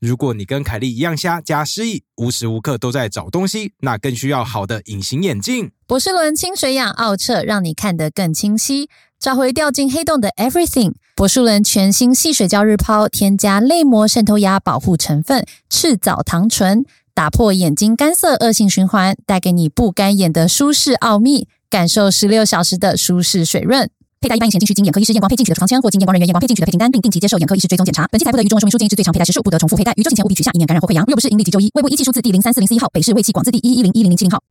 如果你跟凯莉一样瞎加失忆，无时无刻都在找东西，那更需要好的隐形眼镜。博士伦清水氧奥彻让你看得更清晰，找回掉进黑洞的 everything。博士伦全新细水胶日抛添加泪膜渗透压保护成分赤藻糖醇，打破眼睛干涩恶性循环，带给你不干眼的舒适奥秘，感受十六小时的舒适水润。佩戴一般显进去经眼科医师验光配镜取得处方签或经验光人员验光配镜取得配镜单，并定期接受眼科医师追踪检查。本器材不得于中文说明书建议之最长佩戴时数，不得重复佩戴，于就寝前务必取下，以免感染或溃疡。若不适，应立即就医。卫部一技数字第零三四零四一号，北市卫气广字第一一零一零零七零号。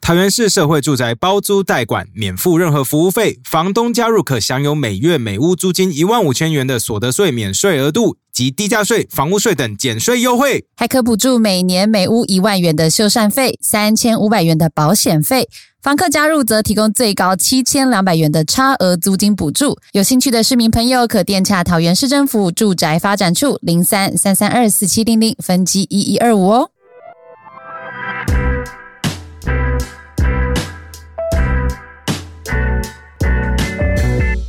桃园市社会住宅包租代管，免付任何服务费，房东加入可享有每月每屋租金一万五千元的所得税免税额度及地价税、房屋税等减税优惠。 还可补助每年每屋一万元的修缮费、三千五百元的保险费。房客加入则提供最高七千两百元的差额租金补助。有兴趣的市民朋友可电洽桃园市政府住宅发展处零三三三二四七零零分机一一二五哦。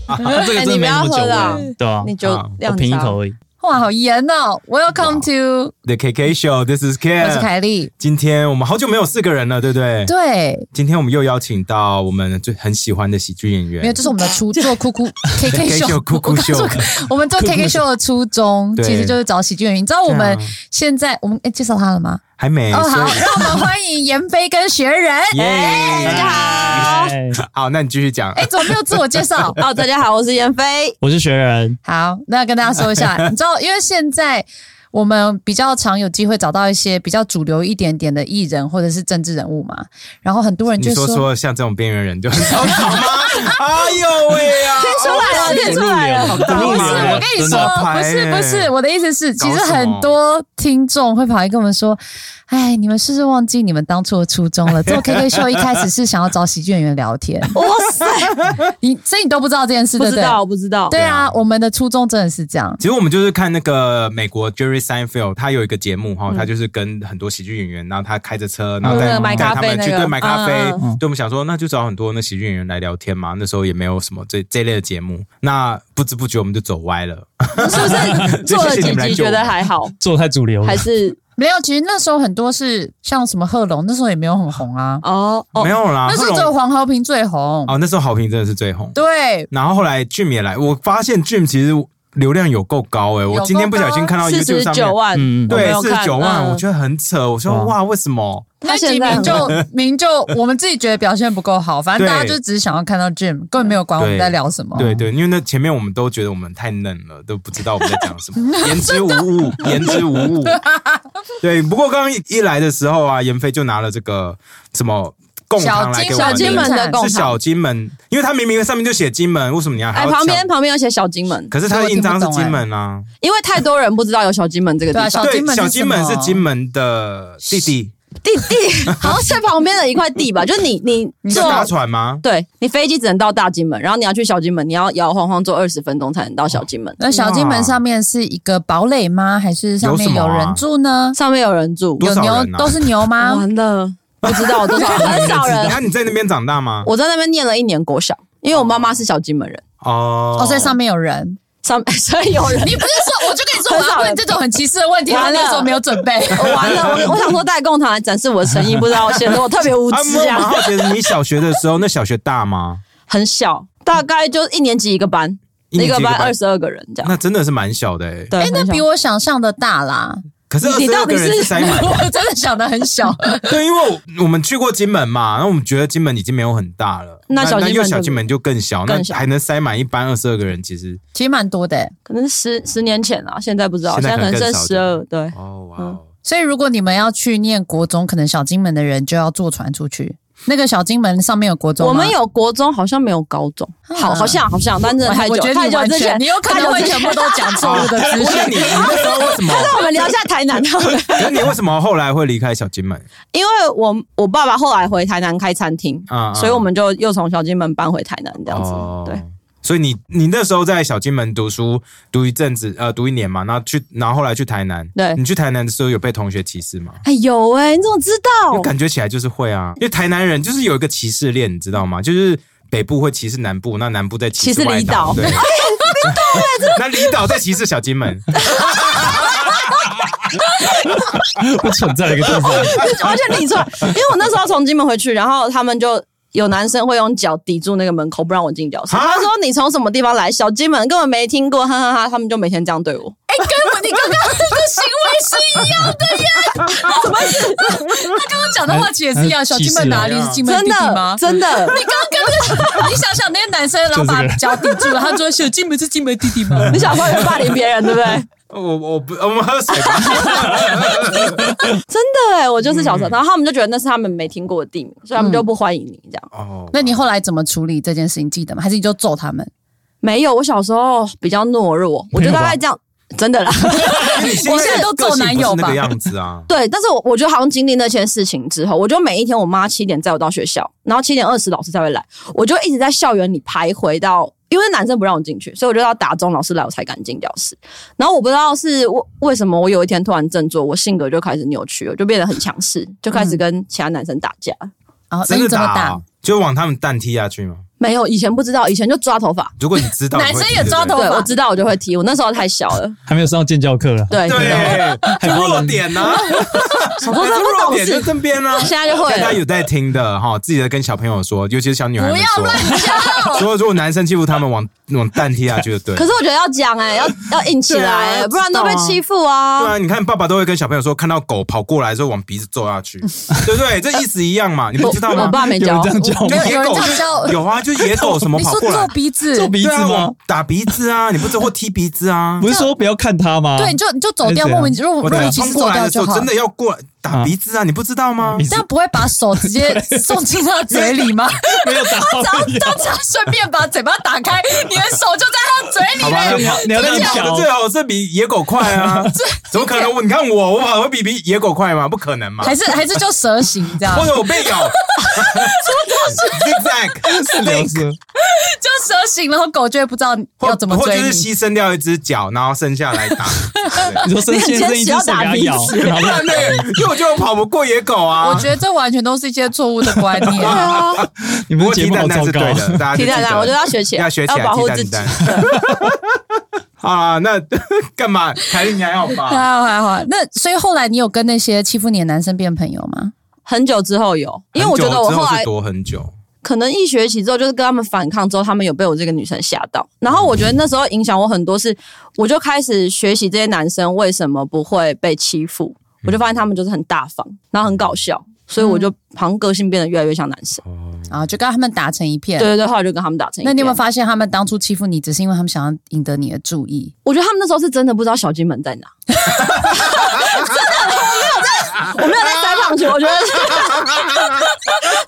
哎这个真的没那么久哎你不要喝了，对啊，你就啊量我品一少口而已。哇，好严哦！Welcome to， The KK Show，This is 我是 Ken。凯莉。今天我们好久没有四个人了，对不对？对，今天我们又邀请到我们最很喜欢的喜剧演员，没有，这是我们的初做哭哭 K K KK 秀，秀哭哭我刚说秀 我们做 K K 秀的初衷对其实就是找喜剧演员。你知道我们对啊现在我们哎介绍他了吗？还没，哦，嗯所好，以让我们欢迎严飞跟学仁。 耶、大家 好，？哎好，那你继续讲。哎，怎么没有自我介绍哦，大家好，我是闫飞。我是学人，好，那跟大家说一下，你知道，因为现在我们比较常有机会找到一些比较主流一点点的艺人或者是政治人物嘛，然后很多人你就说说，哦说像这种边缘人就很 少找吗？哎呦喂呀、听出来了，听不出入啊来了。流，不不入是，流，我跟你啊真的说，不是不是，我的意思是，其实很多听众会跑来跟我们说，哎，你们是不是忘记你们当初的初衷了？做 KK 秀一开始是想要找喜剧演员聊天，哇塞，你所以你都不知道这件事， 不对知对？道，我不知道。对啊，我们的初衷真的是这样。其实我们就是看那个美国 Jerry Seinfeld，他有一个节目哈，他就是跟很多喜剧演员，然后他开着车，然后带嗯买带咖他啡们那去个对买咖啡嗯。对，我们想说那就找很多那喜剧演员来聊天嘛。那时候也没有什么这这类的节目，那不知不觉我们就走歪了。是不 是做了几集觉得还好，哦做得太主流了还。是没有，其实那时候很多是像什么贺龙，那时候也没有很红啊。哦哦没有啦，那时贺候只有龙黄和平最红。哦，那时候好评真的是最红。对，然后后来 Jim 也来，我发现 Jim 其实流量有够高诶、有我够今天不小心看到四 YouTube 十上九啊面。万，嗯嗯我没对，有四十看九万，嗯我觉得很扯。我说哇，为什么？他那几现在名很就 名就我们自己觉得表现不够好，反正对大家就只是想要看到 Jim，根本没有管我们在聊什么。对对，因为那前面我们都觉得我们太嫩了，都不知道我们在讲什 么，言之无物，言之无物。对，不过刚刚一一来的时候啊，严飞就拿了这个什么贡糖来给我小们，金门的贡是糖，小金门，因为他明明上面就写金门，为什么你要还哎，要旁讲边？旁边有写小金门，可是他的印章是金门啊，因为太多人不知道有小金门这个地对啊，方。小对金，门哎小是金什么门是金，门的弟弟，弟弟 好像是旁边的一块地 吧，就是你你你是坐。搭船吗？对你飞机只能到大金门，然后你要去小金门，你要摇摇晃晃坐二十分钟才能到小金门。那小金门上面是一个堡垒吗？还是上面有什么啊有人住呢？上面有人住，多有少牛人啊都是牛吗？完了，不知道多少，很少人然。 啊后你在那边长大吗？我在那边念了一年国小，因为我妈妈是小金门人，哦哦，所以上面有人。上 所以有人。你不是说我就跟你说我要问这种很歧视的问题，完他了那时候没有准备。我 完了，我我想说带贡糖来展示我的诚意，不知道显得我 特别无啊，知这我蛮样。好奇的是，你小学的时候，那小学大 吗？很小，大概就一年级一个班，一年级个一个班班二十二个人这样。那真的是蛮小的哎、对，哎，那很小比我想象的大啦。可是二你十到二个底人是是塞满 的，我真的想的很小，对，因为我我们去过金门嘛，然后我们觉得金门已经没有很大了，那小那金门又就小金门就更小，更小那还能塞满一班二十二个人，其实 其实蛮多的欸。可能是十十年前啊，现在不知道，现现在在可能可能剩更少十二。对，哦哇、嗯所以如果你们要去念国中，可能小金门的人就要坐船出去。那个小金门上面有国中吗，啊我们有国中，好像没有高中，好，好像好像，但真的太我久觉得太你久完之全，前你。有可能会全部都讲错误的 资哦我讯问。你，你那时候为什么？那我们聊一下台南 好了，可是你为什么后来会离开小金门因为我我爸爸后来回台南开餐厅，啊？啊所以我们就又从小金门搬回台南这样子。哦对，所以你你那时候在小金门读书读一阵子，呃，读一年嘛，然后去，然后后来去台南。对你去台南的时候有被同学歧视吗？哎有哎、你怎么知就哦道？感觉起来就是会啊，因为台南人就是有一个歧视链，你知道吗？就是北部会歧视南部，那南部在歧视外离哎岛，岛对， 那离岛再歧视小金门，不存在的一个地方。 完全理出来。因为我那时候从金门回去，然后他们就有男生会用脚抵住那个门口，不让我进教室。啊他说：“你从什么地方来？小金门根本没听过，哈哈哈！”他们就每天这样对我。哎、跟我你刚刚的行为是一样的耶！怎么是？他刚刚讲的话其实也是一样。小金门哪里是金门真弟弟的吗，？真的，你刚刚跟那个，你想想那个男生，然后把脚抵住了，他说：“小金门是金门弟弟吗？” 你小时候也霸凌别人，对不对？我我不我们喝水吧。真的哎，我就是小时候，然后他们就觉得那是他们没听过的地名，所以他们就不欢迎你这样。 哦，那你后来怎么处理这件事情？记得吗？还是你就揍他们？没有，我小时候比较懦弱，我就大概这样，真的啦。。你我现在都个做性男不是友那吧个样子 啊对，但是我我觉得好像经历那件事情之后，呃我就每一天我妈七点载我到学校，然后七点二十老师才会来，我就一直在校园里徘徊到，因为男生不让我进去，所以我就到打钟老师来我才敢进教室。然后我不知道是为为什么，我有一天突然振作，我性格就开始扭曲了，就变得很强势，就开始跟其他男生打架。嗯然后那真你的怎么打？哦就往他们蛋踢下去吗？没有，以前不知道，以前就抓头发。如果你知 道，男生你会踢也抓对头不对，发我知道，我就会踢。我那时候太小了，还没有上建教课了，对，对对对， 这弱点啊呢？ 小时候真的不弱懂点就事，这边啊呢。现在就会大家了。有在听的哈，自己在跟小朋友说，尤其是小女孩们不要说， 说如果男生欺负他们，往往蛋踢下去就对了。可是我觉得要讲哎、要要硬起对啊来、欸要不然都被知道啊欺负啊。对啊，你看爸爸都会跟小朋友说，看到狗跑过来的时候往鼻子揍下去，对不对？这意思一样嘛，你不知道我吗？爸没有教人这样教就吗？没野有有人狗这样教就有啊，就野狗什么你跑说过来做，鼻子，做鼻子对啊，吗我？打鼻子啊，你不知道或踢鼻子啊不？是说不要看他吗？对，你就你就走掉，还是怎样莫名其妙，我若对无啊其冲事过走来掉的时就候好。真的要过来打啊鼻子啊，你不知道吗你？但不会把手直接送进他的嘴 里吗？没有打 然到后你啊。当场顺便把嘴巴打开，你的手就在他的嘴里好吧，面。你要你要这样跑想的哦最好是比野狗快啊！怎么可能？我你看我，我跑得会比比野狗快吗？不可能嘛！ 还是还是就蛇形这 样啊或，者我被 咬，是 zigzag 聊是就蛇形，然后狗就会不知道或要怎么或追就是你。牺牲掉一只脚，然后剩下来 打。你说生你气，很生一坚持只要手给打他鼻咬，子然后 太累，因为我觉得我跑不过野狗我啊。觉得这完全都是一些错误的观 念。对啊，你不们过节踢目好蛋蛋糟是糕对。 的， 啊大家就提记蛋得蛋，我觉得要学起来，要学起来保护自踢己。蛋蛋。 啊，那干嘛？凯莉，你还好还吧？好还好，那所以后来你有跟那些欺负你的男生变朋友吗？很久之后有， 因为我觉得我很久后之来是躲很久，可能一学期之后，就是跟他们反抗之后，他们有被我这个女生吓到。然后我觉得那时候影响我很多是，我就开始学习这些男生为什么不会被欺负，嗯我就发现他们就是很大方，然后很搞笑，所以我就好像个性变得越来越像男哦生。啊，就跟他们打成一片。对，对对，后来就跟他们打成一片。那你有没有发现他们当初欺负你，只是因为他们想要赢得你的注意？我觉得他们那时候是真的不知道小金门 在哪。真的，我没有在，我没有在塞胖球，我觉得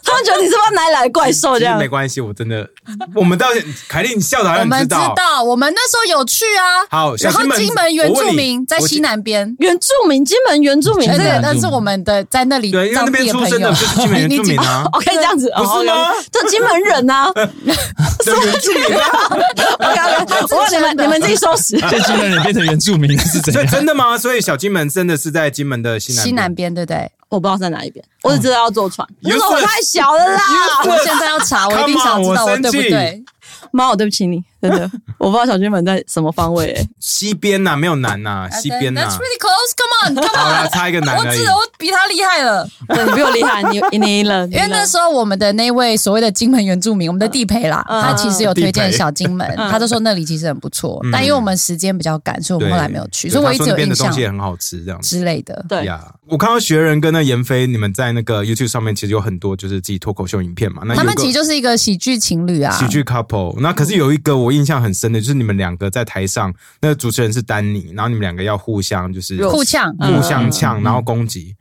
他们觉得你是不是哪里来的怪兽其哦这实样没。关系，我真的，我们到现凯莉，你笑的好我像你们知道。道，我们那时候有去啊。好，小然后金门金门原住民在西。我问你南边，原住民，金门原住民哎，这对个，，那是我们的在那里我对，因为那当边地的出朋生的友不。是金门原住民啊 OK 这样子，不是吗哦？这金门人啊呐，OK 对 原住民 啊， OK，我你们你们自己收拾。这金门人变成原住民是怎所以 样？真的吗？所以小金门真的是在金门的西南西南边对不对？我不知道在哪一边，我只知道要坐 船， Useless 那时候我太小了啦。我现在要查， 我一定啊 Come on，想知道我我生对不气对。妈，我对不起你，真的，我不知道小金门在什么方位。 哎西边呐、没有南呐、啊西边呐、 That's pretty close. Come on, come 好 on. 啦，差一个南我而已知。道我比他厉害了，对你比我厉害，你你赢了。因为那时候我们的那位所谓的金门原住民，我们的地陪啦，嗯他其实有推荐小金门，嗯他就说那里其实很不错，但因为我们时间比较赶，所以我们后来没有去，嗯对所以我一他说直那有边印的东象西也很好吃，这样子。之类的。对呀我看到学人跟那妍飞，你们在那个 YouTube 上面其实有很多就是自己脱口秀影片嘛。那有他一们个其实就是一个喜剧情侣啊，喜剧 couple，那可是有一个我印象很深的，就是你们两个在台上，那个主持人是丹尼，然后你们两个要互相就是互呛。嗯互相呛，然后攻击。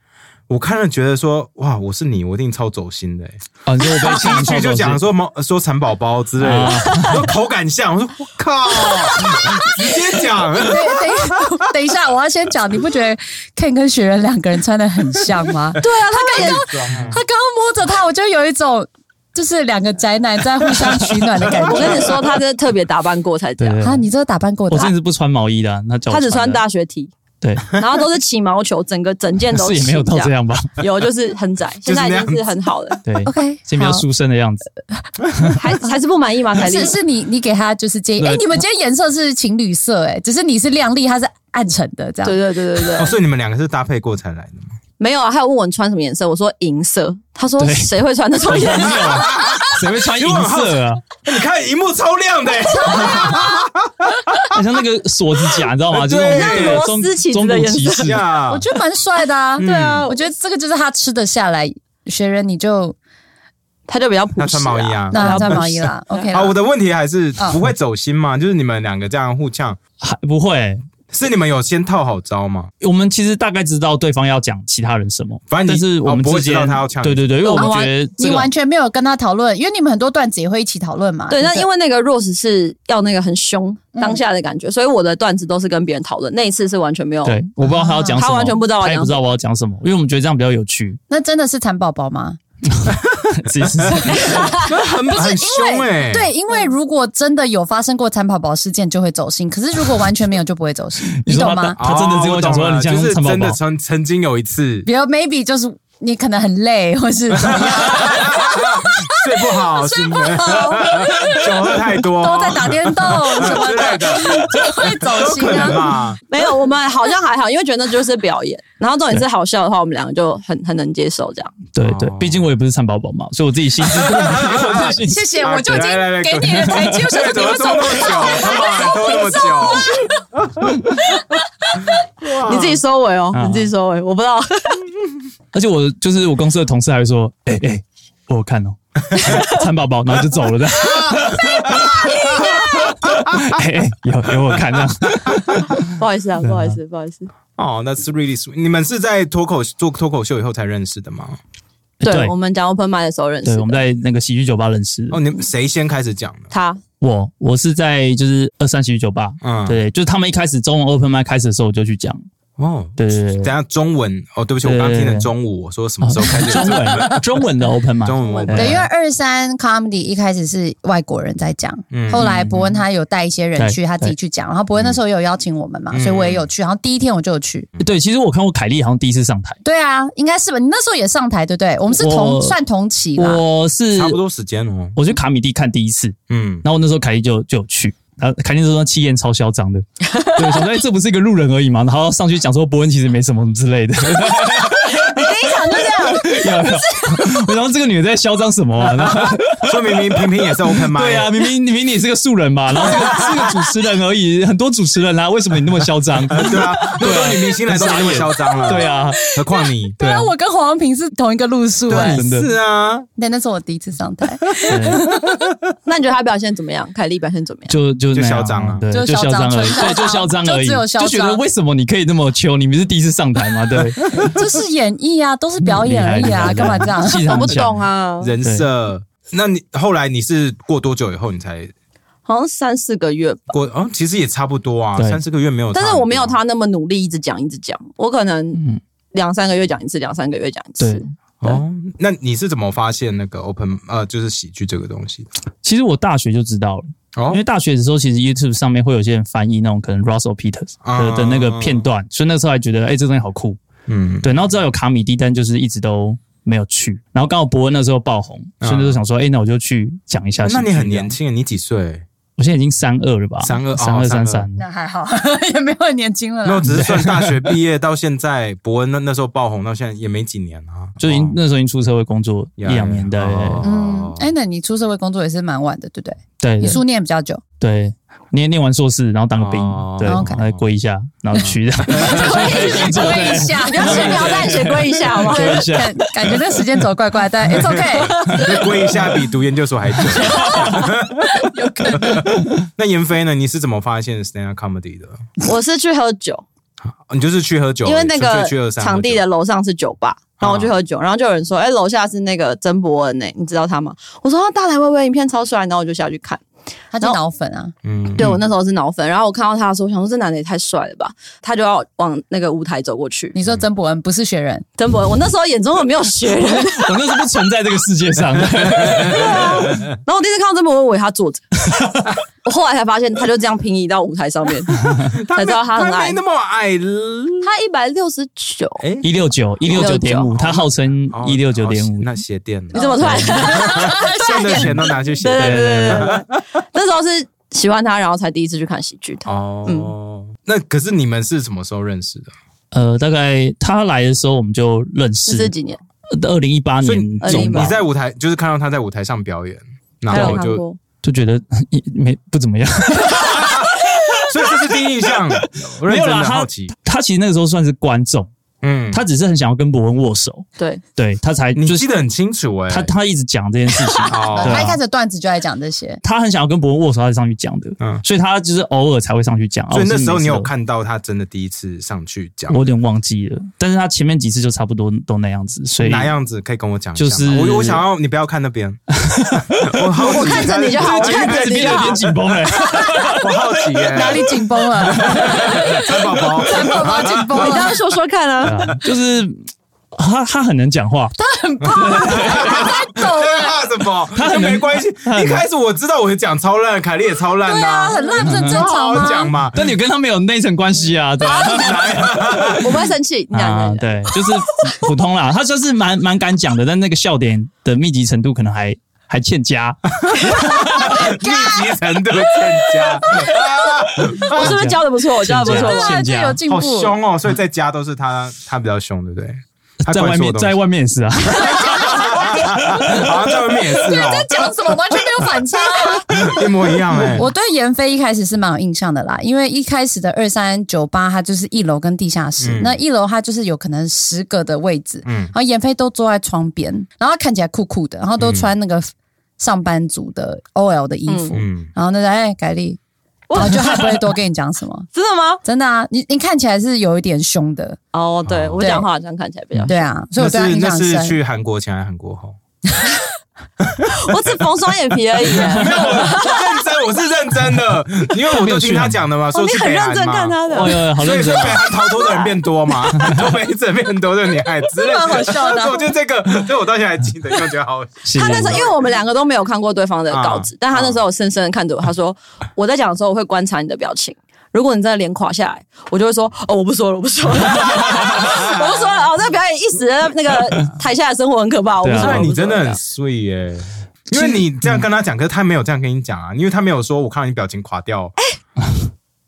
我看了觉得说，哇，我是你，我一定超走心的、欸。啊，你说我被欺第一句负就讲说啊猫 说蚕宝宝之类的，说口感像，我说我靠，直接 讲。对等一下，等一 下，我要先讲，你不觉得 Ken 跟雪人两个人穿的很像吗？ 对啊，他刚刚他刚刚摸着他，我就有一种就是两个宅男在互相取暖的感 我跟觉。你说，他真的特别打扮过才这样。对啊，你这个打扮过啊我他甚？至不穿毛衣的啊，他叫我他只穿的大学 T，对，然后都是起毛球，整个整件但都是也没有到这样，样吧？有就是很窄，现在已经是很好了，对， OK，先不要好书生的样子，还还是不满意吗？凯莉是是你你给他就是建议，对哎、你们今天颜色是情侣色、哎，只是你是亮丽，他是暗沉的这样。对对对对 哦，对，所以你们两个是搭配过才来的吗？没有啊，还有问我穿什么颜色，我说银色，他说对谁会穿那种很颜荒色？谬啊！谁会穿银色啊？哎你看荧幕超亮 的、欸很像那个锁子甲，你知道吗？就是对那像个螺中丝起子中的古颜骑色士，呀，我觉得蛮帅的 嗯啊。对啊我觉得这个就是他吃得下来。学人你就他就比较朴实、那穿毛衣，啊。那穿毛衣啦不是，OK 啊好，我啦。的问题还是嗯不会走心吗？就是你们两个这样互呛，还不会。是你们有先套好招吗？我们其实大概知道对方要讲其他人什么，反正但你是我们哦不会之知间道他要呛你对对对，因为我们哦觉得这你个完全没有跟他讨论，因为你们很多段子也会一起讨论嘛。对，那因为为那个 Rose 是要那个很凶嗯当下的感觉，所以我的段子都是跟别人讨论，那一次是完全没有。对，我不知道他要讲什么，他完全不知道我要他也讲不知道我要讲什么，因为我们觉得这样比较有趣。那真的是蚕宝宝吗？自己试试很很凶哎，对，因为如果真的有发生过蚕宝宝事件，就会走心；可是如果完全没有，就不会走心，你说懂他吗？哦，他真的是跟我讲说懂了你像就是蚕宝宝真的曾曾经有一 次比如 maybe 就是你可能很累，或 是怎么样睡不 好，是不是酒喝太多，都在打电动什么之类的，的，会走都心可能 啊。吧。没有，我们好像还好，因为觉得那就是表演。然后重点是好笑的话，我们两个就很很能接受这样。对对哦，毕竟我也不是蚕宝宝嘛，所以我自 己心知肚明。我自己谢心知谢，啊我就已经来来来给你了台阶，我想 说怎你么为什拖那么么久？哇，拖那么久，哇嗯你自己收尾哦，啊你自己收尾，我不知 道。而且我就是我公司的同事还会说，哎哎，我有看哦， 蚕宝宝，然后就走了的。 哎哎，有有我看这样，不好意思啊，不好意思，不好意思。哎哦，那是 really sweet。你们是在脱口做脱口秀以后才认识的吗？对对我们讲 open mic 的时候认识 对，的我们在那个喜剧酒吧认识的哦，。你们谁先开始讲的？他，我我是在就是二三喜剧酒吧，嗯，，对，就是他们一开始中文 open mic 开始的时候，我就去讲，哦，对对对等一下中文哦，对不起，我对刚听成中午，我说什么时候开始？中 文中文的 open mic，中文，对，因为二三 comedy 一开始是外国人在讲，嗯后来伯恩他有带一些人去，对他自己去讲，然后伯恩那时候也有邀请我们嘛，嗯所以我也有去，然后第一天我就有去。对，其实我看过凯莉好像第一次上台，对啊，应该是吧？你那时候也上台，对不对？我们是同我算同期啦。我是差不多时间哦，我去卡米蒂看第一次，嗯，然后那时候凯莉就就有去。然后凯莉就说气焰超嚣张的， 对，我想说哎这不是一个路人而已嘛，然后上去讲说伯恩其实没什么什么之类的， 第一场就这样，有有 我想说这个女的在嚣张什么 啊？然后说明明平平也是 open mic，对啊，明明明明你是个素人嘛，然后是个是个主持人而已，很多主持人啊，为什么你那么嚣 张？对啊，那么多女明星来都没那么嚣张了，对，啊，何况你，对啊然后，我跟黄宏平是同一个路数哎、对，真的是啊，对，那是我第一次上台，对那你觉得他表现怎么样？凯莉表现怎么样？就就就那样嚣张啊对，就就嚣嚣张张而已，纯对，就嚣张而就已，只有嚣张就觉得为什么你可以那么秋？你们是第一次上台吗？对，这是演绎啊，都是表演而已啊，厉害干嘛这样？气场我很不强懂，啊，人设。那你后来你是过多久以后你才好像三四个月吧。过？哦，其实也差不多啊，对三四个月没有差但很多，是我没有他那么努力，一直讲一直讲，我可能嗯，两三个月讲一次，两三个月讲一对次。。哦。那你是怎么发现那个 open 呃，就是喜剧这个东西的？其实我大学就知道了，哦因为大学的时候，其实 YouTube 上面会有些人翻译那种可能 Russell Peters 啊的的那个片段，所以那时候还觉得，哎，这东西好酷。嗯，对，然后知道有卡米蒂，但就是一直都没有去。然后刚好伯恩那时候爆红，所以那时候想说，哎，那我就去讲一下。啊那你很年，轻，你几岁？啊我现在已经三二了吧？ 32哦三二三三。那还好，也没有很年轻了那我啦。只是算大学毕业到现在，伯恩那那时候爆红到现在也没几年啊，就已经哦那时候已经出社会工作一呀两年的，哦嗯，哎、那你出社会工作也是蛮晚的，对不对？对，对你书念比较久，对，念念完硕士，然后当个兵，哦对， OK 来跪一下，然后 去的，跪一下，你就轻描淡写归一下好吗？跪一下，感感觉这时间走怪怪，但 it's OK。那跪一下比读研究所还 久，有可能。那严飞呢？你是怎么发现 stand up comedy 的？我是去喝酒，你就是去喝酒，因为那纯个粹去二三喝酒场地的楼上是酒吧，啊然后我去喝酒，然后就有欸啊人说：“哎，楼下是那个曾伯恩呢，你知道他吗？”我说：“他大来微微影片超帅。”然后我就下去看，他就脑粉啊，嗯，对我那时候是脑粉，然后我看到他的时候，我想说这男的也太帅了吧，他就要往那个舞台走过去。你说曾伯恩不是学人，曾博文，我那时候眼中我没有学人，我那是不存在这个世界 上的。然后我第一次看到曾博文，我以为他坐着， 我后来才发现他就这样平移到舞台上面，他没才知道他很嗯他矮没那么矮了。他一百六十九，哎，一六九一六九点五，他号称哦一六九点好五，那鞋垫 你了，怎么突然？剩的钱都拿去鞋对啊垫。对对对对对， 那时候是喜欢他，然后才第一次去看喜剧的。哦，那可是你们是什么时候认识的？呃，大概他来的时候我们就认是这识，几年，二零一八所以年中吧你，在舞台就是看到他在舞台上表演，然还后有我看就，过。就觉得嗯也没不怎么样。 所以这是第一印象。我认真的他好奇，他其实那个时候算是观众，嗯，他只是很想要跟博文握手，对，对他才你就是记得很清楚哎，他他一直讲这 件事情，哦对啊他一开始段子就在讲这些，他很想要跟博文握手，他才上去讲的，嗯所以他就是偶尔才会上去讲。所以啊那时候你有？我是每次看到他真的第一次上去讲都我有点忘记了，但是他前面几次就差不多都那样子，所以哪样子？可以跟我讲一下吗？就是我我想要你不要看那边， 我好奇我看着你就好这个我看着这开始个你变就得有好点紧绷了。 我好奇耶，哪里紧绷了？蚕宝宝？宝宝紧绷你当了然，说说看啊，对啊就是 他他很能讲话，懂了。怕啊什么？他没关系。一开始我知道我讲超烂，凯莉也超烂对的啊，啊，很烂，不是正好常好讲吗？嘛。但你跟他没有那一层关系啊，对吧？我不会生气，你啊讲，的。对，就是普通啦。他就是蛮蛮敢讲的，但那个笑点的密集程度可能还还欠佳。 密集程度欠 佳，我是不是教的不错？我教的不错对对啊吧？啊，欠这佳有进好步。凶哦！所以在家都是他，他比较凶，对不对？他 在灌外输面，的东西在外面也是 啊，好像在外面也 是啊在讲什么？完全没有反差啊、哦，一模一样哎。我对妍飞一开始是蛮有印象的啦，因为一开始的二三九八，它就是一楼跟地下室，嗯那一楼它就是有可能十个的位置，嗯然后妍飞都坐在窗边，然后她看起来酷酷的，然后都穿那个上班族的 OL 的衣服，嗯，然后那个哎凯莉，然后就她不会多跟你讲什么。真的吗？真的啊，你你看起来是有一点凶的，哦，对我对讲话好像看起来比较，对啊，那所以我对她是印象那很是深。去韩国前还是韩国后？ 我只缝双眼皮而 已耶。认真，我是认真的，因为我都听他讲的嘛，哦说你去很北认韩真看嘛。他哦的，哟，好所以认说真北啊。韩逃脱的人变多 嘛，脱北者变多的女孩子，蛮好笑的啊所以我觉得这个，所以我到现在还记得，因为我觉得好好笑。是他那时候因为我们两个都没有看过对方的稿子啊，但他那时候深深的看着我，他说 我在讲的时候我会观察你的表情。如果你真的脸垮下来，我就会说哦，我不说了，我不说了， 我不说了。哦，这个表演一时那 个台下的生活很可怕，我不对啊说虽了。然我你不说真的了很碎耶、因为你这样跟他讲，可是他没有这样跟你讲啊，因为他没有说我看到你表情垮掉，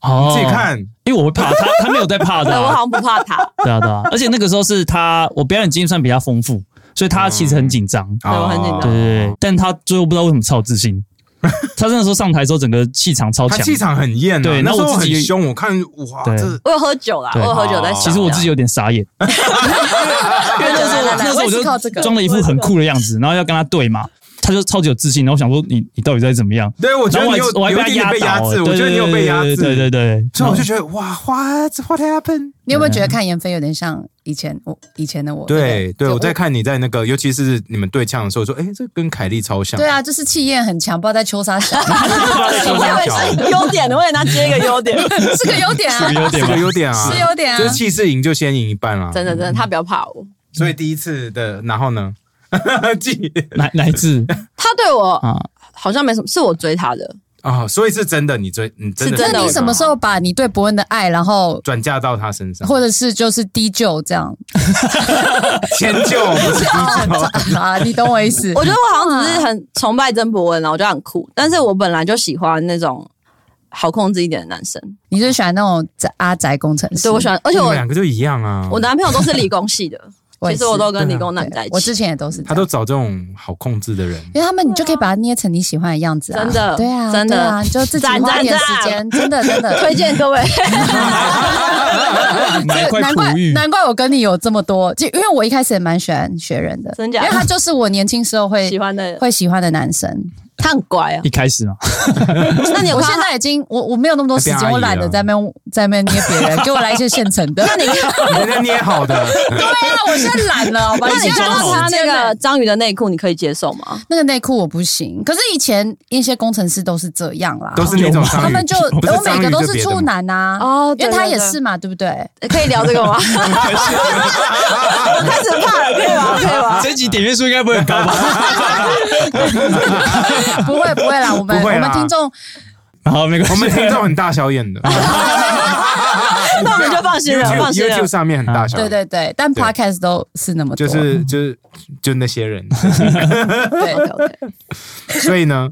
哦自己，看。因为我会怕他，他没有在怕对的 我好啊，像不怕他，对啊对啊。而且那个时候是他，我表演经验算比较丰富，所以他其实很紧张。嗯对我很紧张对对哦对，但他最后不知道为什么超有自 信。他那时候上台的时候，整个气场超他强。气场很艳、啊，对那那时我候自己很凶，我看哇，对这我有喝酒啦，我对有喝酒在哦想。其实我自己有点傻眼，因为那时来候来来那时候我也我是靠这就个装了一副很酷的样子，然后要跟他对嘛，他就超级有自信，然后我想说你你到底在怎么样？对我觉然得后我你还有我还有一他点点被压倒制，了我觉得你有被压制，对对对对对，所以我就觉得哇，what what happened？你有没有觉得看妍飞有点像以前我以前的我？对不对，就我在看你在那个，尤其是你们对呛的时候，说哎，这跟凯莉超像，对，啊，就是气焰很强，不知道在秋 莎想，我以为是哎优点的，我也拿接一个优点。 是个优点啊，有点这吧个。有点啊，是有点啊就是气势赢就先赢一半啊。真的真的，他不要怕我，所以第一次的，然后呢， 记哪哪 一次他对我啊？好像没什么，是我追他的。啊、所以是真的，你追你真的是真的那你什么时候把你对伯恩的爱，然后转嫁到他身上，或者是就是低就 这样迁就不 是啊？ 你懂我意思？我觉得我好像只是很崇拜曾博文，然后我觉得很酷，但是我本来就喜欢那种好控制一点的男生，你是喜欢那种宅阿宅工程师？对我喜欢，而你且我们两个就一样啊。我男朋友都是理工系的，也是其实我都啊跟理工男在对一我之起。前也都是这样，他都找这种好控制的人，因为他们你就可以把它捏成你喜欢的样子啊，真的对啊，真的对啊，你就自己赞花赞点赞时间，真的真的 推荐各 位，买一块难怪璞玉，难怪我跟你有这么多，就因为我一开始也蛮喜欢学人的，真假因为他就是我年轻时候会喜欢的会喜欢的男生，他很乖啊。一 开始嘛，那你我现在已经我我没有那么多时变间，阿姨我懒得了在那边在那边捏别 人，给我来一些现成的。那你你在那捏好的， 对啊，我现在懒了，好吧？那你你看看装到好他那个章鱼的内裤，你可以接受吗？那个内裤我不行，可是以前一些工程师都是这样啦，都是那种章鱼，他们就不是我每章鱼个都就是别的处嘛男呐、啊，哦因为他也是，嘛，对不对？ 可以聊这个吗？ 我开始怕了，可以吗？可以吗？这集点阅数应该不会很高吧？不会不会啦，我们不我会啦们听众好，没关系，我们听众很大小眼的那我们就放心了， ，YouTube 放心了 YouTube。上面很大小对眼，对对，但对 podcast 都是那么多，就是就是就那些人，对 OK，所以呢，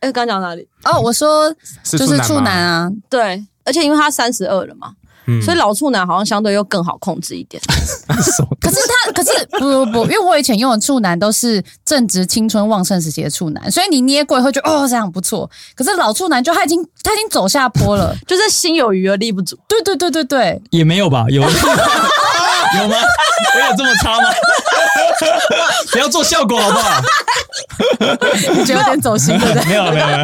哎，刚讲哪里？哦，我说是就是处处男吗，啊，对，而且因为他三十二了嘛，嗯所以老处男好像相对又更好控制一点。 什么可是他可是不不不，因为我以前用的处男都是正值青春旺盛时期的处男，所以你捏过也会觉得哦这样不错，可是老处男就他已经他已经走下坡了，就是心有余而力不足。对对对对 对，也没有吧？有有吗？我有这么差吗？ 不要做效果好不好？你觉得有点走心 对不对？没有没有没有，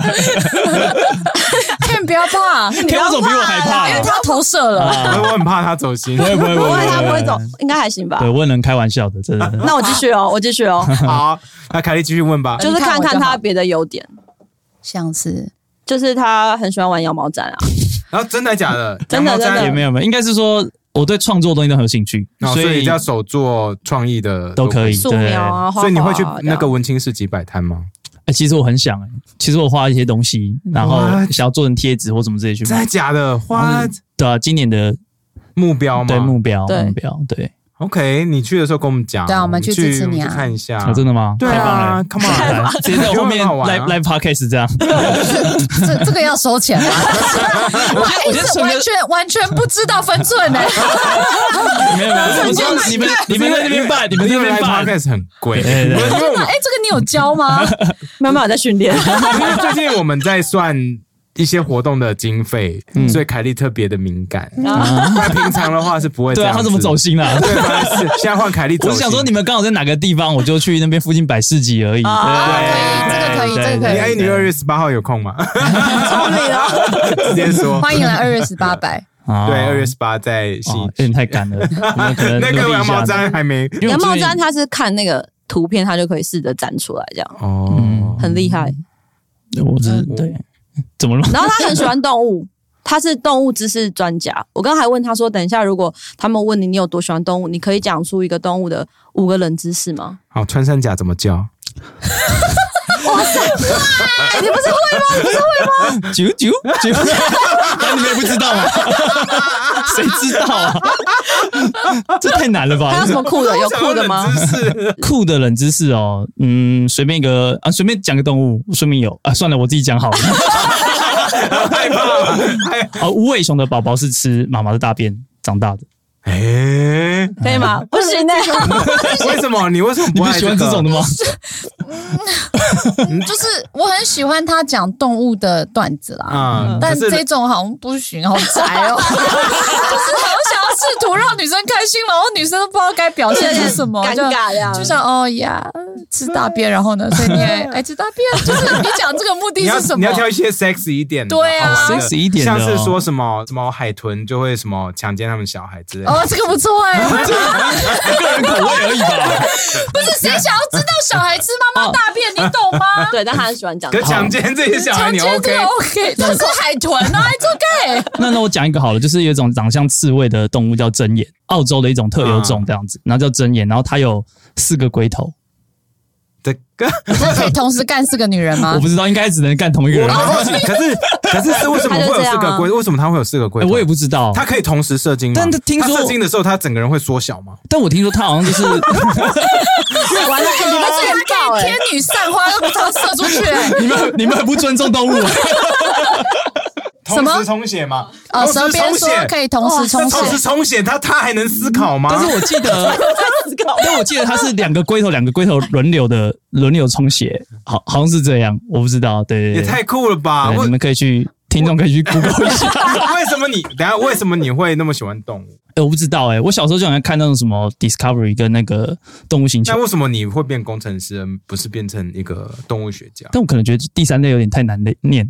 Ken 不要怕，因天我总比我还怕为他投射了。啊！我我很怕他走心 不。会不会不不会，会，他不会走，应该还行吧对，。我也能开玩笑的，真的。那我继续哦，我继续哦，好，那凯莉继续问吧。就是看看他别的优点，像是就是他很喜欢玩羊毛毡啊，然后真的假的？真的羊毛毡真的也没有没有，应该是说我对创作的东西都很有兴趣，然后所哦所以以叫手做创意的都可以。素对描，啊，画画啊所以你会去这那样个文青市集摆摊吗？哎，其实我很想，哎其实我画一些东西，然后 What？想要做成贴纸或什么之类去真的卖。假的？花嗯对啊，今年的目标吗？对目标对目标对 OK，你去的时候跟我们讲，对啊我们去去支持你我们去啊看一下啊，。真的吗？对太棒了啊，Come 太 on，棒了 直接在我后 因为面很好玩 live 啊 live podcast 这样，这这个要收钱吗？我我一觉得直纯完哥全完全不知道分寸呢、没有没有，我说你们你们在那边办，你们在因为那边 live 办， podcast 很贵。对对对因为我们哎、这个你有教吗？慢慢有在训练，因为最近我们在算一些活动的经费，嗯所以凯莉特别的敏感。嗯然后不然平常的话是不会这对啊，样子。他怎么走心了？对，反而是现在换凯莉走我心。是想说你们刚好在哪个地方，我就去那边附近摆市集而已。啊对可以这个可以对这个你可以哎，你二月十八号有空吗？聪明啊，直接说。 欢迎来二月十八百，啊对，二月十八在哦新 有点太赶了，你们可能那努个力一羊毛下毡还没因为羊我毛最近毡他是看那个图片，他就可以试着粘出来，这样哦很厉害。我只是嗯对，怎么了？然后他很喜欢动物。他是动物知识专家，我刚还问他说，等一下如果他们问你你有多喜欢动物，你可以讲出一个动物的五个冷知识吗？好，穿山甲怎么叫？哎、你不是九九九， 但你们也不知道啊吗？谁知道啊？ 这太难了还吧有什？么酷的？有酷的吗？冷知 识？酷的冷知识哦，嗯，随便一个啊，随便讲个动物，说明有啊，算了，我自己讲好了。 害怕了。哎啊，无尾熊的宝宝是吃妈妈的大便长大的，哎，可以吗？不行呢、 为什么你为什么你不不爱喜欢这个种的吗？就是我很喜欢他讲动物的段子啦。啊？嗯但可是这种好像不行，好宅哦， 就是好想要试图让女生开心，然后女生都不知道该表现出什么，尴就尬呀，就像哦呀，吃大便，然后呢，所以你也爱吃大便，就是你讲这个目的你要是什你么要？挑一些 sexy 一点的，对啊好玩的 sexy 一点的像哦是说什么什么海豚就会什么强奸他们小孩之类的。哦，这个不错哎、个人口味而已吧。不是谁想要知道小孩吃妈妈大便，你懂 吗？对，但他很喜欢讲可。是强奸这些小孩强你奸这 OK？个哦 OK，这是海豚啊，It's OK。 那那我讲一个好了，就是有一种长相刺猬的动物叫针眼，澳洲的一种特有种这样子，然后叫针眼，然后它有四个龟头，这个那可以同时干四个女人吗我？不知道，应该只能干同一个人我吧。很 好奇，可是可是是为什么会有四他就这样个啊龟？为什么他会有四个龟哎头？我也不知道，他可以同时射精吗？但他听说他射精的时候，他整个人会缩小吗？但我听说它好像就是完了，你们是很搞哎天，女散花又常射出去、欸， 你们你们很不尊重动物，啊什么同时充血吗？哦，舌同时边充说血可以哦同时充同时血，充血，他他还能思考吗？ 但是我记得，但我记得它是两个龟头两个龟头轮流的轮流充血，好好像是这样，我不知道，对也对对太酷了吧！对，我 你们可以去听众可以去 Google 一 下。为什么你等一下为什么你会那么喜欢动 物？哎、我不知道哎、我小时候就想看那种什么 Discovery 跟那个动物星球那，为什么你会变工程师，而不是变成一个动物学家？但我可能觉得第三类有点太难念，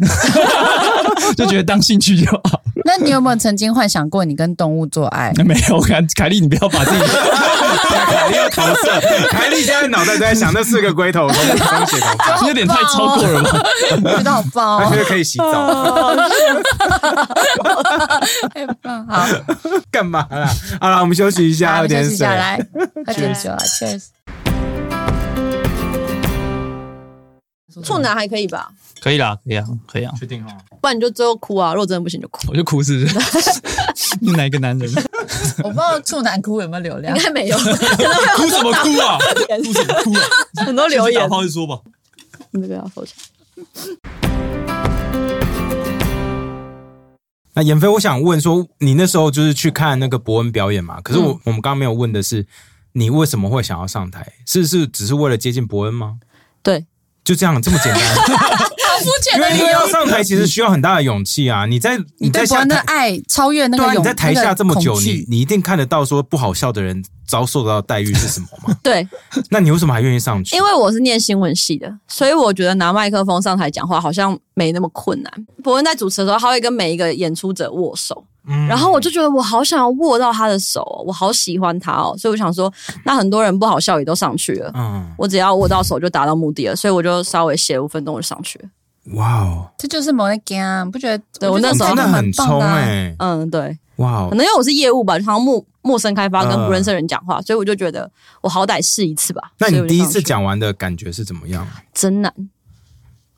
就觉得当兴趣就好。 那你有没有曾经幻想过你跟动物做爱？没有，凯凯莉，你不要把自己 凯莉要投射，凯莉现在脑袋都在想那四个龟头 跟风险头发，有点太超过了吧？觉得好 棒而哦，且可以洗 澡，太棒！好，干嘛啦？好了，我们休息一下，好喝我们点休息一水下。来，喝点酒啊，Cheers！处男还可以吧？可以啦，可以啊，可以啊，确定哦，不然你就最后哭啊，如果真的不行就哭。我就哭是不是？ 你哪一个男人？我不知道处男哭有没有流量应，该没有 哭什么哭 啊？哭什么哭啊？很多留言，再 说吧。 你这个要收起来。那妍飞，我想问说，你那时候就是去看那个伯恩表演嘛？可是嗯我、我们刚刚没有问的是，你为什么会想要上台？是是只是为了接近伯恩吗？对，就这样这么简单？ 好肤因浅为的理因为要由。上台其实需要很大的勇气啊！你在你在对伯下恩的台，爱超越那对个啊，勇，你在台下这么那久，个恐你惧你一定看得到说不好笑的人遭受到的待遇是什么嘛？ 对，那你为什么还愿意上去？因为我是念新闻系的，所以我觉得拿麦克风上台讲话好像没那么困难。伯恩在主持的时候，他会跟每一个演出者握手，嗯然后我就觉得我好想要握到他的手、哦，我好喜欢他哦，所以我想说，那很多人不好笑也都上去了，嗯，我只要握到手就达到目的了，所以我就稍微写五分钟我就上去了。哇哦，这就是某那 g 啊，不觉得？对觉我得那你时候真这的种很棒冲的啊哎，嗯，对，哇哦可，能因为我是业务吧，常常陌陌生开发跟嗯不认识的人讲话，所以我就觉得我好歹试一次吧。那所以你我就第一上次去讲完的感觉是怎么样？真难，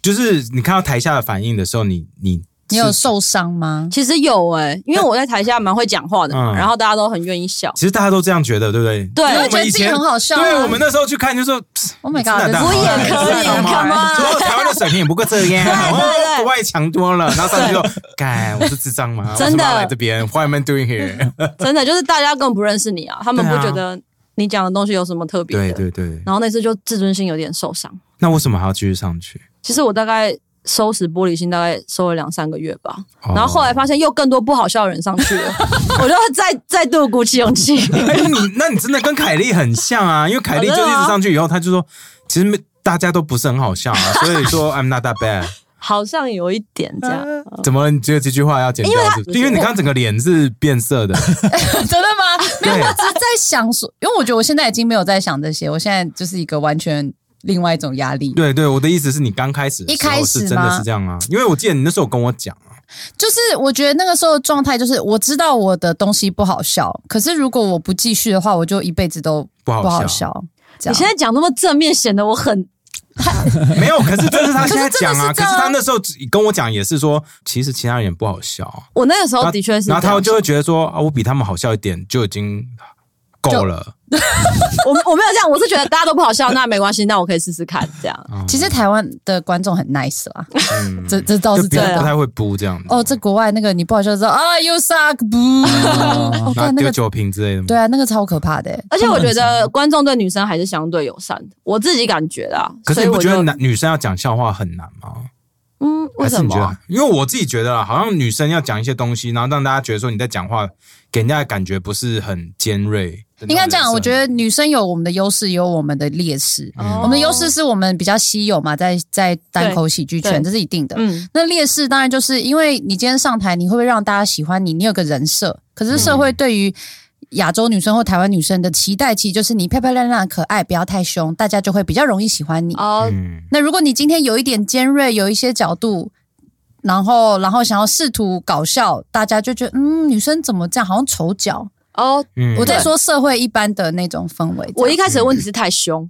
就是你看到台下的反应的时候，你你你有？受伤吗？其实有哎、因为我在台下蛮会讲话的嘛，嗯然后大家都很愿 意笑。其实大家都这样觉得，对不对？对因为我我觉们得以自己前很好笑啊。对我们那时候去看就说 Oh my 真的大 god，这好我是也大好可以大好 come on 说台湾的水平也不过这样，哦，国对外强多了。然后上去就说，干，我是智障吗？真的我怎么来这边，What am I doing here？真的就是大家根本不认识你啊，他们不对啊觉得你讲的东西有什么特别的。对对对，然后那次就自尊心有点受伤。那为什么还要继续上去？其实我大概收拾玻璃心，大概收了两三个月吧。哦然后后来发现又更多不好笑的人上去 了，我就再再度鼓起勇气。哎，你那你真的跟凯莉很像啊，因为凯莉就一哦真的直吗上去以后，她就说，其实没大家都不是很好笑啊，所以说 I'm not that bad。好像有一点这样，怎么了？你觉得这句话要剪掉是不是？因为你刚刚整个脸是变色的， 真的吗？没有，对我只是在想说，因为我觉得我现在已经没有在想这些，我现在就是一个完全另外一种压力。对对，我的意思是你刚开始的一时候开是始真的吗是这样啊，因为我记得你那时候跟我讲啊， 就是我觉得那个时候的状态就是，我知道我的东西不好笑，可是如果我不继续的话，我就一辈子都不好不好笑笑。这样你现在讲那么正面，显得我很没有，可是这是 他现在讲啊，可可是是真的是这样啊他那时候只跟我讲也是说，其实其他人也不好笑啊，我那个时候然后的确是这然样后他想，就会觉得说啊，我比他们好笑一点就已经够 了，我我没有这样，我是觉得大家都不好笑，那没关系，那我可以试试看这样。其实台湾的观众很 nice 啦，嗯，这这倒就是不真要不的。太会补这样子，哦，这国外那个你不好笑的时候啊，you suck，不，啊哦我然后看那丢个酒瓶之类的嘛，对啊，那个超可怕的欸。而且我觉得观众对女生还是相对友善的，我自己感觉啦。可是所你以不我觉就得男女生要讲笑话很难吗？嗯，为还是什你觉么啊得？？因为我自己觉得啊，好像女生要讲一些东西，然后让大家觉得说你在讲话，给人家的感觉不是很尖锐。应该这样，我觉得得女生有我们的优势，也有我们的劣势。嗯哦我们的优势是我们比较稀有嘛，在在单口喜剧圈，对这是一定的。嗯，那劣势当然就是因为你今天上台，你会不会让大家喜欢你？你有个人设，可是社会对于亚洲女生或台湾女生的期待，其实就是你漂漂亮亮、可爱，不要太凶，大家就会比较容易喜欢你。哦，嗯，那如果你今天有一点尖锐，有一些角度，然后然后想要试图搞笑，大家就觉得嗯，女生怎么这样，好像丑角。哦，嗯我在说社会一般的那种氛围。我一开始的问题嗯是太凶，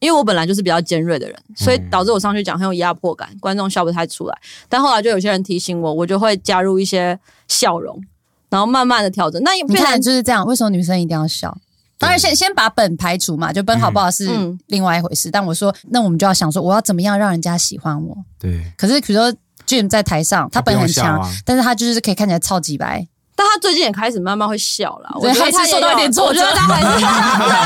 因为我本来就是比较尖锐的人，所以导致我上去讲很有压迫感，观众笑不太出来。但后来就有些人提醒我，我就会加入一些笑容，然后慢慢的调整。那也你变看成就是这样，为什么女生一定要笑？当然先先把本排除嘛，就本好不好是嗯嗯另外一回事。但我说，那我们就要想说，我要怎么样让人家喜欢我？对，可是比如说 Jim 在台上，他他不哦本用很笑强，啊 但是他就是可以看起来超级白，但他最近也开始慢慢会笑了，我对觉得还是他也受到有一点挫我觉得折他还是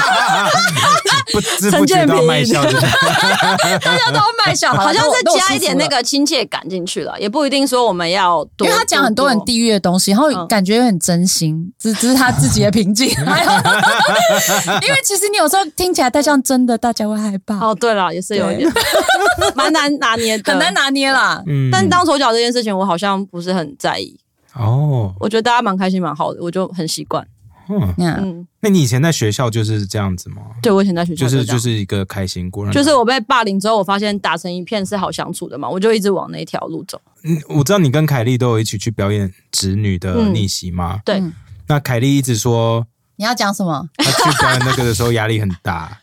不知陈不觉建到平卖笑 的，大家都要卖笑，好像那我再加一点那我那，舒服了个亲切感进去了，也不一定说我们要多，因为他讲很多很地狱的东西，然后嗯感觉很真心，只只是他自己的平 静。 还有因为其实你有时候听起来太像真的，大家会害怕，哦，对了，也是有一点 蛮难拿捏的，很难。拿捏啦。嗯，但当手脚这件事情，我好像不是很在意。哦，我觉得大家蛮开心，蛮好的，我就很习惯。嗯，嗯，嗯，那你以前在学校就是这样子吗？对我以前在学校就是嗯这样就是一个开心果，然就是我被霸凌之后，我发现打成一片是好相处的嘛，我就一直往那条路走。嗯，我知道你跟凯莉都有一起去表演侄女的逆袭吗？对嗯那凯莉一直说你要讲什么？她去表演那个的时候压力很 大，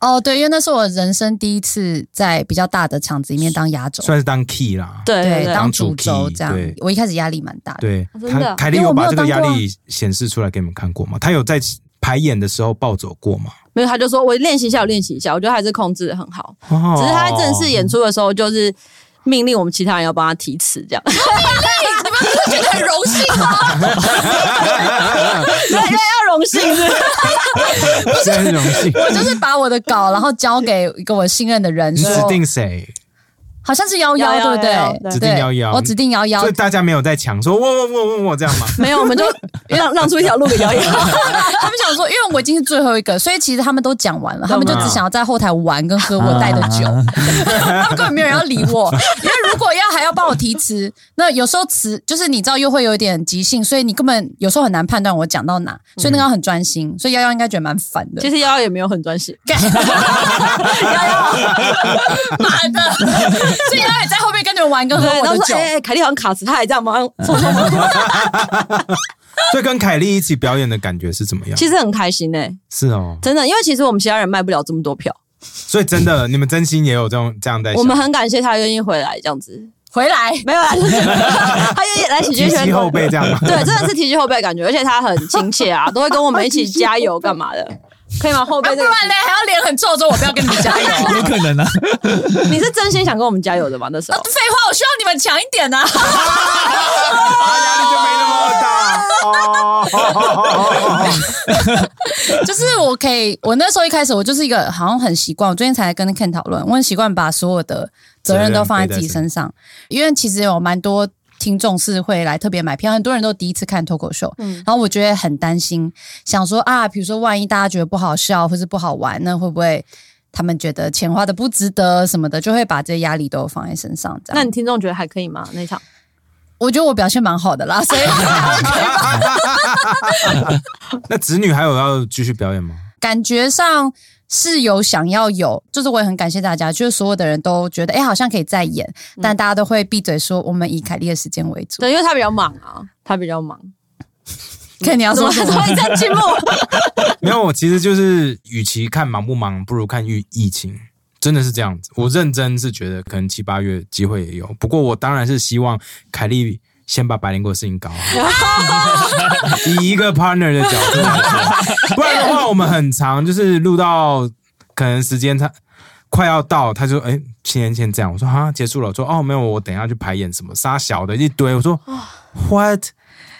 哦，对，因为那是我人生第一次在比较大的场子里面当压轴，算是当 key 啦。对对对当当主主轴 key，这样对。我一开始压力蛮大的，对，哦真凯的凯莉因有为我没把有这个压当过啊力显示出来给你们看过吗？她有在排演的时候暴走过吗？没有，他就说我练习一下，我练习一下，我觉得还是控制的很好。哦只是他在正式演出的时候，就是命令我们其他人要帮他提 词，这样。觉得很荣幸啊！ 对，要荣幸是不是哦 真荣幸，我就是把我的稿，然后交给一个我信任的人，你指说定谁？好像是幺幺，幺对幺不幺对？对指对定幺幺我指定幺幺所以，大家没有在抢说我我我我我这样 吗？没有，我们就让让出一条路给表演。他们想说，因为我已经是最后一个，所以其实他们都讲完了，他们就懂只了想要在后台玩跟喝我带的酒， 他们根本没有人要理我。因为如果要还要帮我提词，那有时候词就是你知道又会有一点即兴，所以你根本有时候很难判断我讲到哪，所以那个要很专心。所以幺幺应该觉得蛮烦的。其实幺幺也没有很专心，干，妈的！所以他也在后面跟你们玩，跟喝对，我然的后酒说，。哎、凯莉好像卡词，他还这样吗？ 错错错，所以跟凯莉一起表演的感觉是怎么样？其实很开心哎、是哦，真的，因为其实我们其他人卖不了这么多票，所以真的，你们真心也有这种这样在想。我们很感谢他愿意回来这样子，回来，没有啦，就是 他愿意来喜剧提圈及后辈这样 吗？对，真的是提起后辈的感觉，而且他很亲切 啊，都会跟我们一起加油干嘛的，可以吗？后啊辈不这个，然嘞还要脸很臭，说我不要跟你们加油啊。有可能啊，你是真心想跟我们加油的吗？那时啊候， 废话，我希望你们强一点呐、啊。啊压力就没那么大哦 哦。 就是我可以，我那时候一开始我就是一个好像很习惯，我最近才跟 Ken 讨论，我很习惯把所有的责任都放在自己身上，因为其实有蛮多。听众是会来特别买票，很多人都第一次看脱口秀，嗯然后我觉得很担心，想说啊，比如说万一大家觉得不好笑或是不好玩，那会不会他们觉得钱花的不值得什么的，就会把这些压力都放在身上。这样，那你听众觉得还可以吗？那一场？我觉得我表现蛮好的啦， 所以那子女还有要继续表演吗？感觉上是有想要有，就是我也很感谢大家，就是所有的人都觉得，哎、好像可以再演，但大家都会闭嘴说，我们以凯莉的时间为主。对，因为他比较忙啊，他比较忙。看你要怎么说什 怎么么？一阵静默？没有，我其实就是，与其看忙不忙，不如看疫疫情，真的是这样子。我认真是觉得，可能七八月机会也有，不过我当然是希望凯莉先把百灵果的事情搞好，以一个 partner 的角度来说，不然的话，我们很长就是录到可能时间他快要到，他就哎，七年前这样，我说哈结束了，我说哦没有，我等一下去排演什么杀小的一堆，我说 what。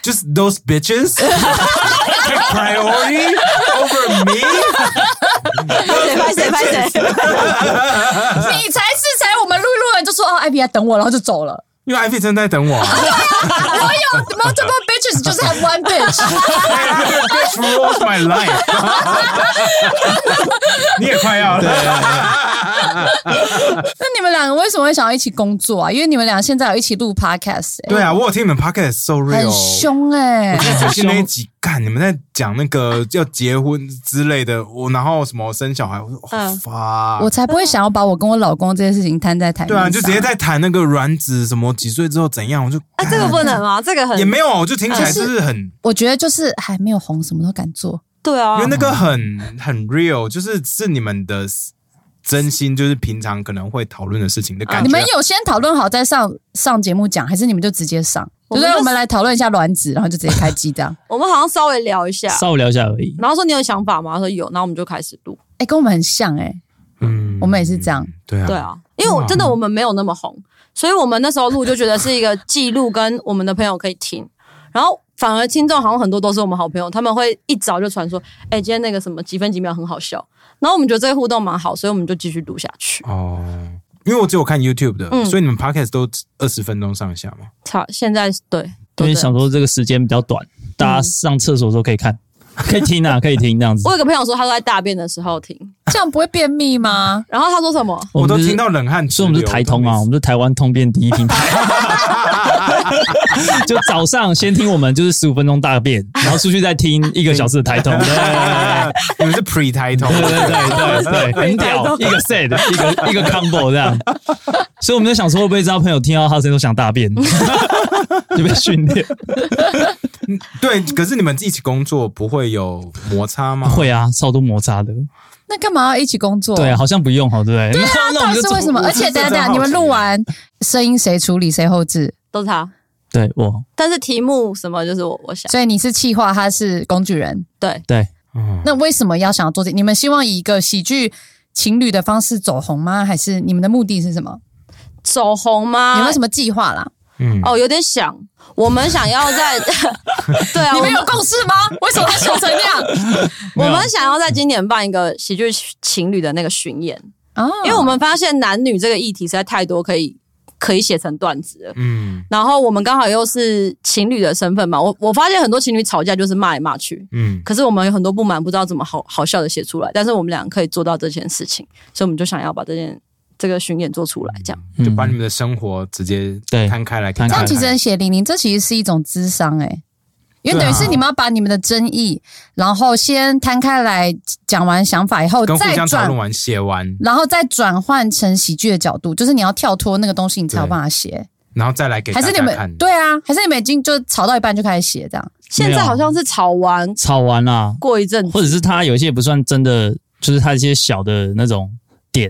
Just those bitches take priority over me。拍谁拍谁拍谁？ 你才是才，我们录一录完就说哦，艾比来等我，然后就走了。 因为 Ivy 正在等 我、啊。然后有 multiple bitches 就是 have one bitch， Bitch rules my life 。你也快要了。那你们两个为什么会想要一起工作啊？因为你们俩现在有一起录 podcast，、对啊，我有听你们 Podcast so 哎，很 real。凶哎、最新那一集，干你们在讲那个要结婚之类的，我然后什么生小孩，我说哦嗯哇、我才不会想要把我跟我老公这件事情摊在台面对啊，上。就直接在谈那个卵子什么几岁之后怎样，我就啊，这个不能吗？这个很也没有，我就听起来就就是是很，我觉得就是还没有红，什么都敢做。对啊哦因为。那个很很 real，就是是你们的真心，就是平常可能会讨论的事情的感觉。啊你们有先讨论好再上上节目讲，还是你们就直接上？我就们是就我们来讨论一下卵子，然后就直接开机这 样。我们好像稍微聊一下， 稍微聊一下而已。然后说你有想法吗？他说有，然后我们就开始录。哎、跟我们很像哎、嗯我们也是这样。对啊，对啊，因为我哇真的我们没有那么红，所以我们那时候录就觉得是一个记录，跟我们的朋友可以听。然后反而听众好像很多都是我们好朋友，他们会一早就传说，哎、今天那个什么几分几秒很好笑，然后我们觉得这个互动蛮好，所以我们就继续录下去。 哦，因为我只有看 YouTube 的，嗯所以你们 Podcast 都二十分钟上下嘛。差现在对，因对为想说这个时间比较短，大家嗯上厕所的时候可以看，可以听啊，可以听这样子我。有个朋友说他都在大便的时候听，这样不会便秘 吗？然后他说什么？我都们是听到，冷汗直所以流，我们是台通啊，我们是台湾通便第一 品牌。就早上先听我们就是十五分钟 大便，然后出去再听一个小时的台通。对你们是 Pre 台通 对，对 对对，很屌，一个 set，一个一个 combo 这样。所以我们在想说，会不会这样朋友听到他声音都想 大便，就被训练？对。可是你们一起工作不会有摩擦吗？会啊，超多摩擦的。那干嘛要一起工作？对啊，，好像不用，好对不对？ 那那啊我到们底就是为什么？我而且真的等一很下等一下，好你们奇录完声音谁处理谁后置？都是他，对我但是题目什么就是我我想所以你是企划，他是工具人。对，对嗯，那为什么要想要做这？你们希望以一个喜剧情侣的方式走红吗？还是你们的目的是什么？走红吗？有没有什么计划啦？嗯，哦，有点想，我们想要在， 对啊，你我们们有共识吗？为什么他笑成那 样？我没们有想要在今年办一个喜剧情侣的那个巡演，啊，因为我们发现男女这个议题实在太多，可以可以写成段子了。嗯然后我们刚好又是情侣的身份嘛，我我发现很多情侣吵架就是骂来骂去，嗯，可是我们有很多不满，不知道怎么好好笑的写出来。但是我们俩可以做到这件事情，所以我们就想要把这件这个巡演做出来，这样。就把嗯你们的生活直接对摊开来给摊大家这开看，样其实很血淋淋，这其实是一种智商哎、因为对啊等于是你们要把你们的争议，然后先摊开来讲完想法以后，跟互再相讨转论完写完，然后再转换成喜剧的角度，就是你要跳脱那个东西，你才有办法写。然后再来给还大是你家看们。对啊？还是你们已经就吵到一半就开始写这样？现在好像是吵完吵完啊啦，过一阵子，或者是他有一些也不算真的，就是他一些小的那种点，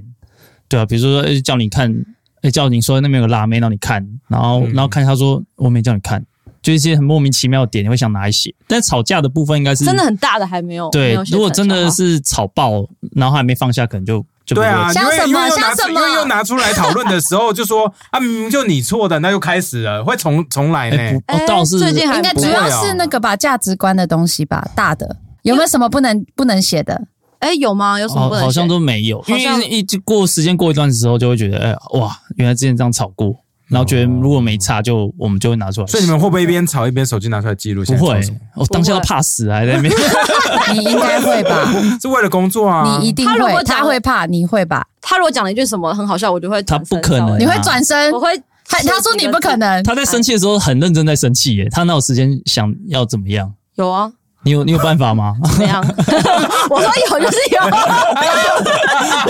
对啊，比如说、诶叫你看，诶叫你说那边有个辣妹让你看，然后、嗯然后看他说我没叫你看，就一些很莫名其妙的点，你会想拿来写。但吵架的部分应该是真的很大的还没有。没嗯对有，写如果成真笑的话是吵爆，然后还没放下，可能就就不对会啊，因像为什因么为又拿像什出，因么为又拿出来讨论的时候，就 说啊，明明就你错的，那就开始了，会重重来哎、呢。不哦，倒是最近还应该不主会要啊是那个吧，价值观的东西吧，大的有没有什么不能不能写的？哎、有吗？有什么好不能好写像都没有，因好像为一一过时间过一段时候，就会觉得，哎、哇，原来之前这样吵过，然后觉得如果没差就，我们就会拿出来写。所以你们会不会一边吵一边手机拿出来记录？不现在会吵什么，我当下都怕死啊，还 在那边。你应该会吧？是为了工作 啊。你一定他如果会，讲他会怕，你会吧？他如果讲了一句什么很好笑，我就会他转身不可能稍微你会转身我？会他他说你不可能，他在生气的时候很认真在生气耶，他哪有时间想要怎么样？有啊，你有你有办法 吗？怎 么样？我说有就是有，我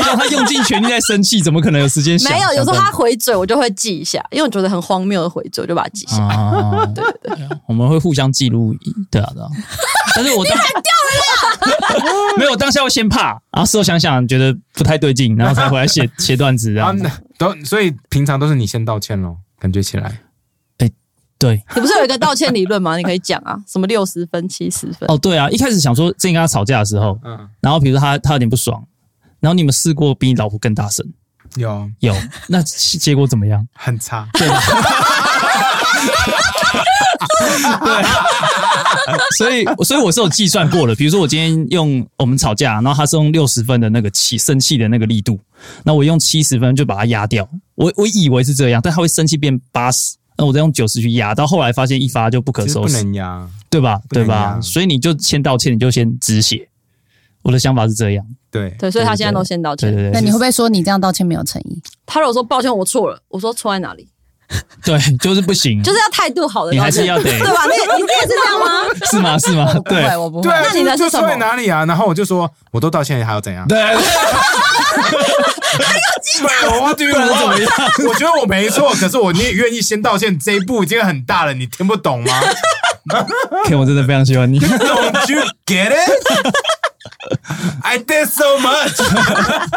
想他用尽全力在生气，怎么可能有时间想？没有。有时候想他回嘴，我就会记一下，因为我觉得很荒谬的回嘴，我就把它记下。啊，对对，我们会互相记录，对啊对啊。但是我哎当 没有，我当下会先怕，然后事后想想觉得不太对劲，然后才回来写写段子这啊样子。，都所以平常都是你先道歉咯，感觉起来。对，你不是有一个道歉理论吗？你可以讲 啊，什么六十分、七十分。哦对啊，一开始想说之前跟他吵架的时候，嗯，然后比如说他他有点不爽，然后你们试过比你老婆更大声，有有， 那结果怎么样？很差。 所以，所以我是有计算过的。比如说，我今天用我们吵架，然后他是用六十分的那个气生气的那个力度，那我用七十分就把它压掉。我我以为是这样，但他会生气变八十，那我再用九十去压，到后来发现一发就不可其实收不拾，能压，对吧？不能对压吧？所以你就先道歉，你就先止血。我的想法是这样，对，对，所以他现在都先道对歉。对那对你会不会说你这样道歉没有诚意？他如果说抱歉，我错了，我说错在哪里？对，就是不行，就是要态度好的嗯你道还歉，是要得 对吧？你你你也是这样吗？是吗？是吗？ 哦不对会，我不 会对。啊，那你的是就就什说么在哪里啊？然后我就说，我都道歉了，还要怎样？对对，对，我对于 不然怎么样？ 我觉得我没错，可是我你也愿意先道歉，这一步已经很大了，你听不懂吗？天，我真的非常喜 欢你。 Don't you get it? I did so much.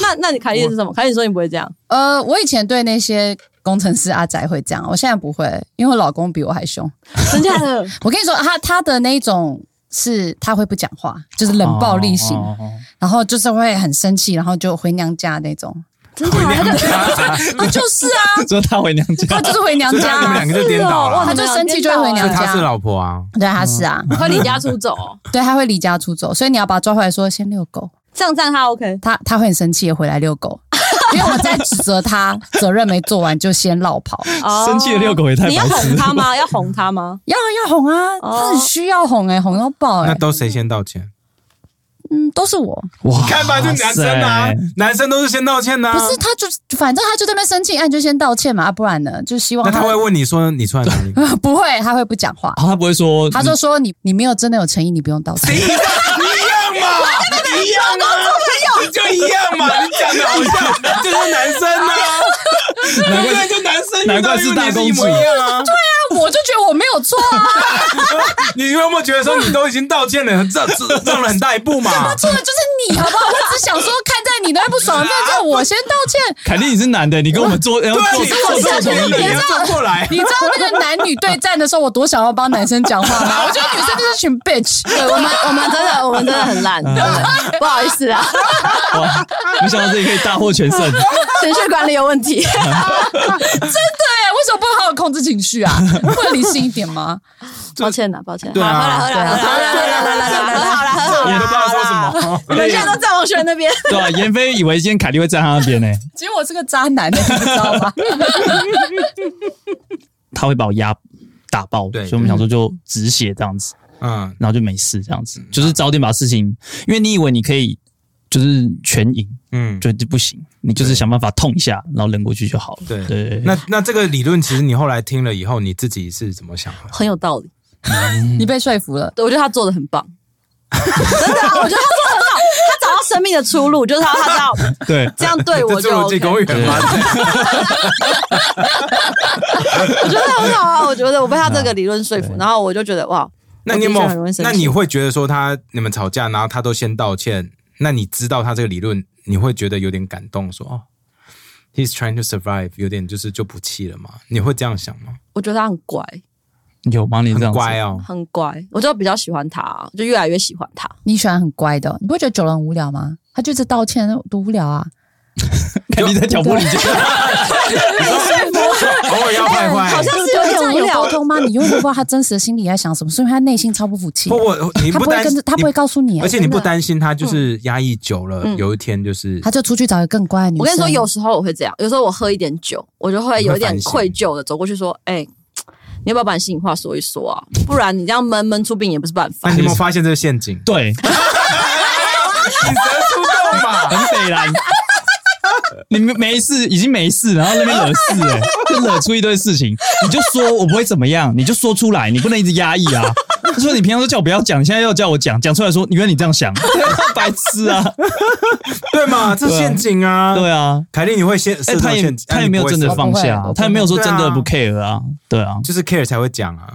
那那你凯莉是什么？凯莉说你不会这样，呃，我以前对那些工程师阿宅会这样，我现在不会，因为我老公比我还凶。真 假的？我跟你说，他他的那一种是他会不讲话，就是冷暴力型，哦哦哦 然后就是会很生气，然后就回娘家那种。真假的？他就他就是啊，只有哦他回娘 他家。就是回娘所以家他们啊两，个就颠倒是哦哇他了，就生气就会回所娘以他是家。老婆啊。对，他是啊，快离家出走哦，对，他会离家出走，所以你要把他抓回来说先遛狗，这样这样他 OK。他他会很生气，回来遛 狗，因为我在指责他责任没做完就先落跑。哦生气的遛狗也太白你痴要了哄他吗？要哄他吗？要啊要哄啊，他很需要哄哎、哄到爆哎、那都谁先道歉？嗯，都是我，哇 看吧，就男生啊塞，男生都是先道歉的、啊。不是，他就反正他就在那边生气，啊，你就先道歉嘛，啊、不然呢，就希望那他会问你说你错在哪里？ 不会，他会不讲话，然后他不会说，他就说你你没有真的有诚意，你不用道歉一。样嘛，一样啊，你就一样嘛，你讲的好像就是男生啊，难怪对，就男生遇到难怪是大公主你也是一模一样啊。那我就觉得我没有错 啊，你有没有觉得说你都已经道歉了，这 这让了很大一步嘛？错的就是你，好不好？我只想说，看在你那不爽的份上，我先道歉。凯莉你是男的，你跟我们做要对啊，做你做做做错同别一人，你点要，做过来。你知道那个男女对战的时候，我多想要帮男生讲话吗？ 我觉得女生就是群 bitch。对我们，我们真的，我们真的很烂，真的不好意思啊，哇，没想到自己可以大获全 胜。情绪管理有问题。对，为什么不好好控制情 绪啊？不能理性一点吗？抱歉呐，抱歉。对啊好喝了，喝了，喝了，喝了，喝了，喝了，好了，喝了。我都不知道说什么，你们现在都在王轩那边，对啊，妍飞以为今天凯莉会站他那边呢，其实我是个渣男，你知道吗？他会把我压打爆，对所以我们想说就止血这样子，嗯，然后就没事这样子，就是早点把事情，因为你以为你可以就是全赢，嗯，就就不行，你就是想办法痛一下，然后扔过去就好了。对对，那那这个理论，其实你后来听了以后，你自己是怎么想的？很有道理。你被说服了。对，我觉得他做的很棒，真的啊，我觉得他做的很好，他找到生命的出路，就是他他知道对，这样对我这侏就罗纪 OK。公园吗？我觉得很好啊，我觉得我被他这个理论说服，然后我就觉得哇，那你有没我的确很容有易？生气那你会觉得说他你们吵架，然后他都先道歉，那你知道他这个理论，你会觉得有点感动，说哦，he's trying to survive，有点就是就不气了嘛？你会这样想吗？我觉得他很乖，有吗？你这很样子乖 哦，很乖，我就比较喜欢他，就越来越喜欢他。你喜欢很乖的哦，你不会觉得久了很无聊吗？他就是道歉，多无聊啊！凯莉在挑拨离间，偶尔要坏好坏。像是对有这点样无有聊沟。通吗？你永远都不知道他真实的心里在想什么，所以他内心超不服气不，。我你他不不会担跟着，他不会你告诉你啊，而且你真不的担心他就是压抑久了，有一天就是他就出去找一个更乖的女生。我跟你说，有时候我会这样，有时候我喝一点酒，我就会有一点愧疚的走过去说：“哎、你要不要把你心里话说一说啊？不然你这样闷闷出病也不是办法哎那。你有没有发现这个陷阱？ 对，你蛇出洞嘛？很北蓝。 你没没事，已经没事，然后那边惹事、欸，就惹出一堆事情。你就说我不会怎么样，你就说出来，你不能一直压抑啊。他说你平常都叫我不要讲，你现在又叫我讲，讲出来说原来你这样想， 白痴啊！对嘛，这对啊陷阱啊！对啊，凯莉，你会先哎、设这他种也陷阱，他哎也没有真的你不会设放我下不会，他也没有说真对啊的不 care 啊，对啊，就是 care 才会讲啊。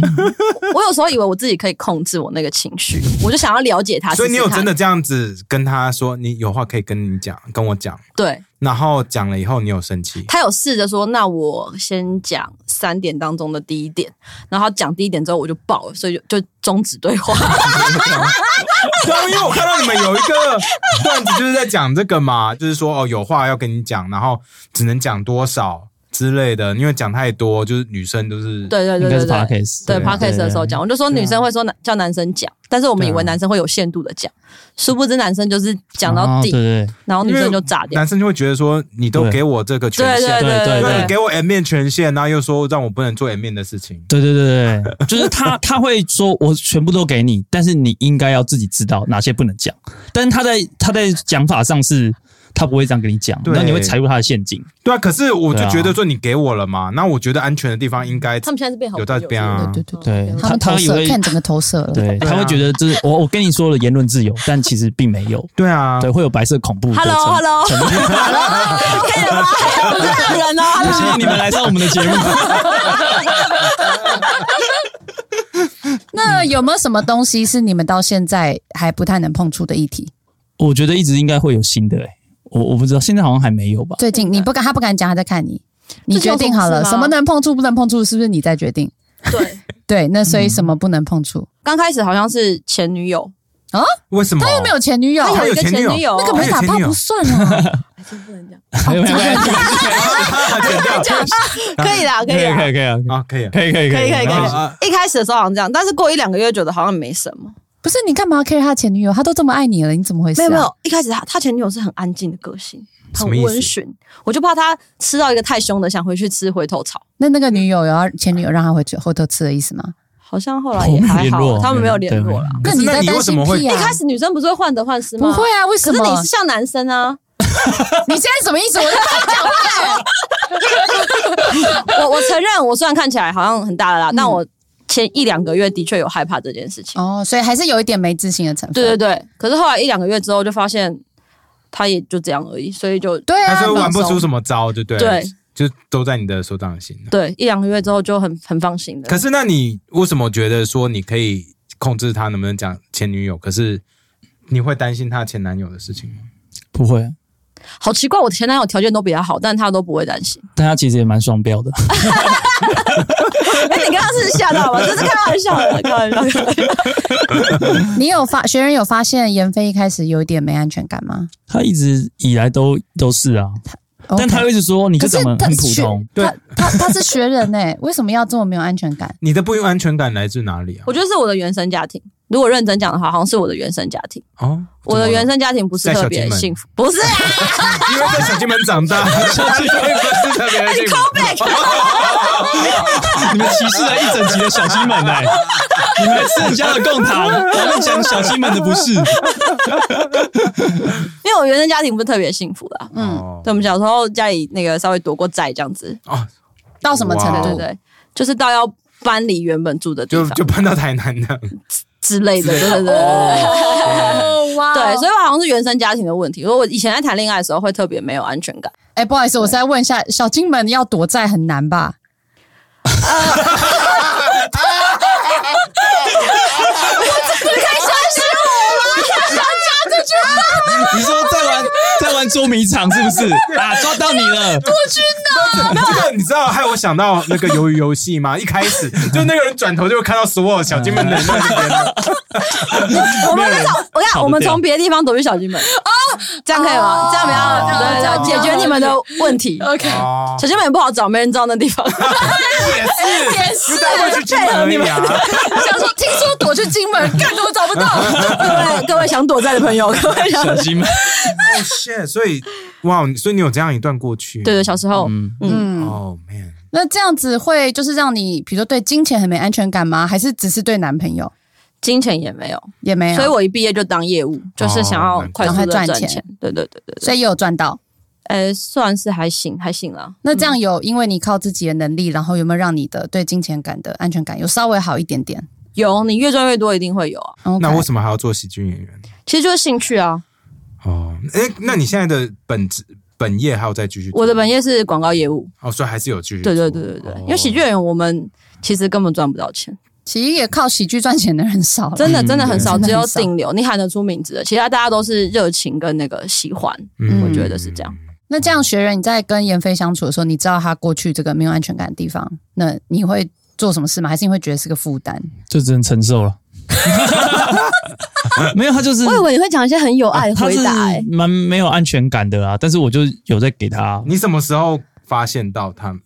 我有时候以为我自己可以控制我那个情绪，我就想要了解他。所以你试试有看真的这样子跟他说，你有话可以跟你讲，跟我讲，对然后讲了以后你有生气，他有试着说，那我先讲三点当中的第一点，然后讲第一点之后我就爆了，所以就就终止对 话。对啊，因为我看到你们有一个段子就是在讲这个嘛，就是说哦有话要跟你讲，然后只能讲多少之类的，因为讲太多就是女生都是对对应对该对是对。 podcast 对对 podcast 的时候讲，我就说女生会说男叫男生讲，但是我们以为男生会有限度的讲，殊不知男生就是讲到哦对底，对对然后女生就炸掉。男生就会觉得说你都对给我这个权限，对对对因为对你给我 M 面权限，然后又说让我不能做 M 面的事情。对对对对， 就是他他会说，我全部都给你，但是你应该要自己知道哪些不能讲。但是他在他在讲法上是，他不会这样跟你讲，对那你会踩入他的陷阱。对啊，可是我就对啊觉得说你给我了嘛，那我觉得安全的地方应该他们现在是变好有在变啊对对对对对，他们投他以为射看整个投射了。对，对啊他会觉得这是我我跟你说了言论自由，但其实并没有，对啊，对，会有白色恐怖的成。 Hello Hello，成 分可以啊了吗？我是好人哦 我谢，Hello。谢你们来上我们的节目。那有没有什么东西是你们到现在还不太能碰触的议题？我觉得一直应该会有新的、欸，我我不知道，现在好像还没有吧？最近你不敢，他不敢讲，他在看你。你这就决有定好了，讽刺吗什么能碰触，不能碰触，是不是你在决定？对，对，那所以什么不能碰触？刚开始好像是前女友，啊？为什么？他又没有前女友，他有一个啊前女前女友那个没打他炮有不算啊。还真不能讲，没有没有没有剪掉可以哎啦，可以啦，可以可以可以啊，可以啊。 可以可以可以可以可啊啊以。一开始的时候好像这样，但是过一两个月觉得好像没什么。不是你干嘛要 care 他前女友？他都这么爱你了，你怎么回事、啊？没有没有，一开始他他前女友是很安静的个性，什很么意思温驯，我就怕他吃到一个太凶的，想回去吃回头草。那那个女友有要前女友让他回去后头吃的意思吗？好像后来也我没有还联好，啊络他们没有联络了。可那是那在你为担什心么会屁一啊？开始女生不是会患得患失吗？不会，啊？为什可是么？你是像男生啊，你现在什么意思？我在 讲话。我我承认，我虽然看起来好像很大了啦，嗯但我前一两个月的确有害怕这件事情。哦，啊所以还是有一点没自信的成分。对对对，可是后来一两个月之后就发现，他也就这样而已，所以就对他啊，说玩不放出松什么招，对不对？对，就都在你的手掌心了。对一两个月之后就很很放心的。可是，那你为什么觉得说你可以控制他能不能讲前女友？可是你会担心他前男友的事情吗？不会，好奇怪，我前男友条件都比他好，但他都不会担心。但他其实也蛮双标的。 哎、你刚刚是吓到吗？这是开玩笑的，开玩笑的。你有发学人有发现妍飞一开始有一点没安全感吗？他一直以来都都是啊，但他 OK 又一直说你可就是长得他很普学通，对他他他是学人哎、为什么要这么没有安全感？你的不安全感来自哪里啊 我？觉得是我的原生家庭。如果认真讲的话，好像是我的原生家庭。哦，我的怎么了原生家庭不是在小特别金门幸福，不是啊，因为在小金门长大，小金门不是特别幸 福。你们歧视了一整集的小金门哎、你们还吃人家的贡糖，我们讲小金门的不是。因为我原生家庭不是特别幸福啦。嗯哦对，我们小时候家里那个稍微躲过债这样子，哦，到什么程哇对哦对度？对，就是到要搬离原本住的地就方就搬到台南的。之类的，对对对对对。哦哇 对，所以以我好像是原生家庭的问题。如果我以前在谈恋爱的时候会特别没有安全感，哎、不好意思，我再问一下，小金门要躲债很难吧？呃你说在玩在玩捉迷藏是不是啊？抓到你了，这个你知道，害我想到那个鱿鱼游戏吗？一开始就那个人转头就看到所有小金门的人在那边了，我们那种，我看跑不掉我啊们从别的地方躲去小金门哦，这样可以吗？哦这样比较对这样这对，解样决你们的问题。 OK，嗯哦，小金门也不好找，没人知道那地方。也是，也是就带过去金门而已啊。想说听说躲去金 门，干都找不到。各位 各位想躲债的朋友， 各位想小金门。哦 shit！所以哇，所以你有这样一段过去？对对，小时候嗯，嗯，哦 man，那这样子会就是让你，比如说对金钱很没安全感吗？还是只是对男朋友金钱也没有，也没有？所以我一毕业就当业哦务，就是想要快速的赶快赚赚钱。对对对对对，所以也有赚到。呃，算是还行，还行啦。那这样有因为你靠自己的能力，然后有没有让你的对金钱感的安全感有稍微好一点点？有你越赚越多，一定会有啊。 o 那为什么还要做喜剧演员？其实就是兴趣啊。哦，哎，那你现在的本职本业还有再继续做吗？我的本业是广告业务，哦，所以还是有继续做。对对对对对，哦因为喜剧演员我们其实根本赚不到钱，其实也靠喜剧赚钱的人少了，真的嗯真的很少，对只真的有很少顶流你喊得出名字的，其他大家都是热情跟那个喜欢，嗯我觉得是这样。那这样，学人你在跟妍飞相处的时候，你知道他过去这个没有安全感的地方，那你会做什么事吗？还是你会觉得是个负担？就只能承受了。 没有，他就是我以为你会讲一些很有爱的嗯他回是答、欸，蛮没有安全感的啦。啊但是我就有在给他，你什么时候发现到他 们？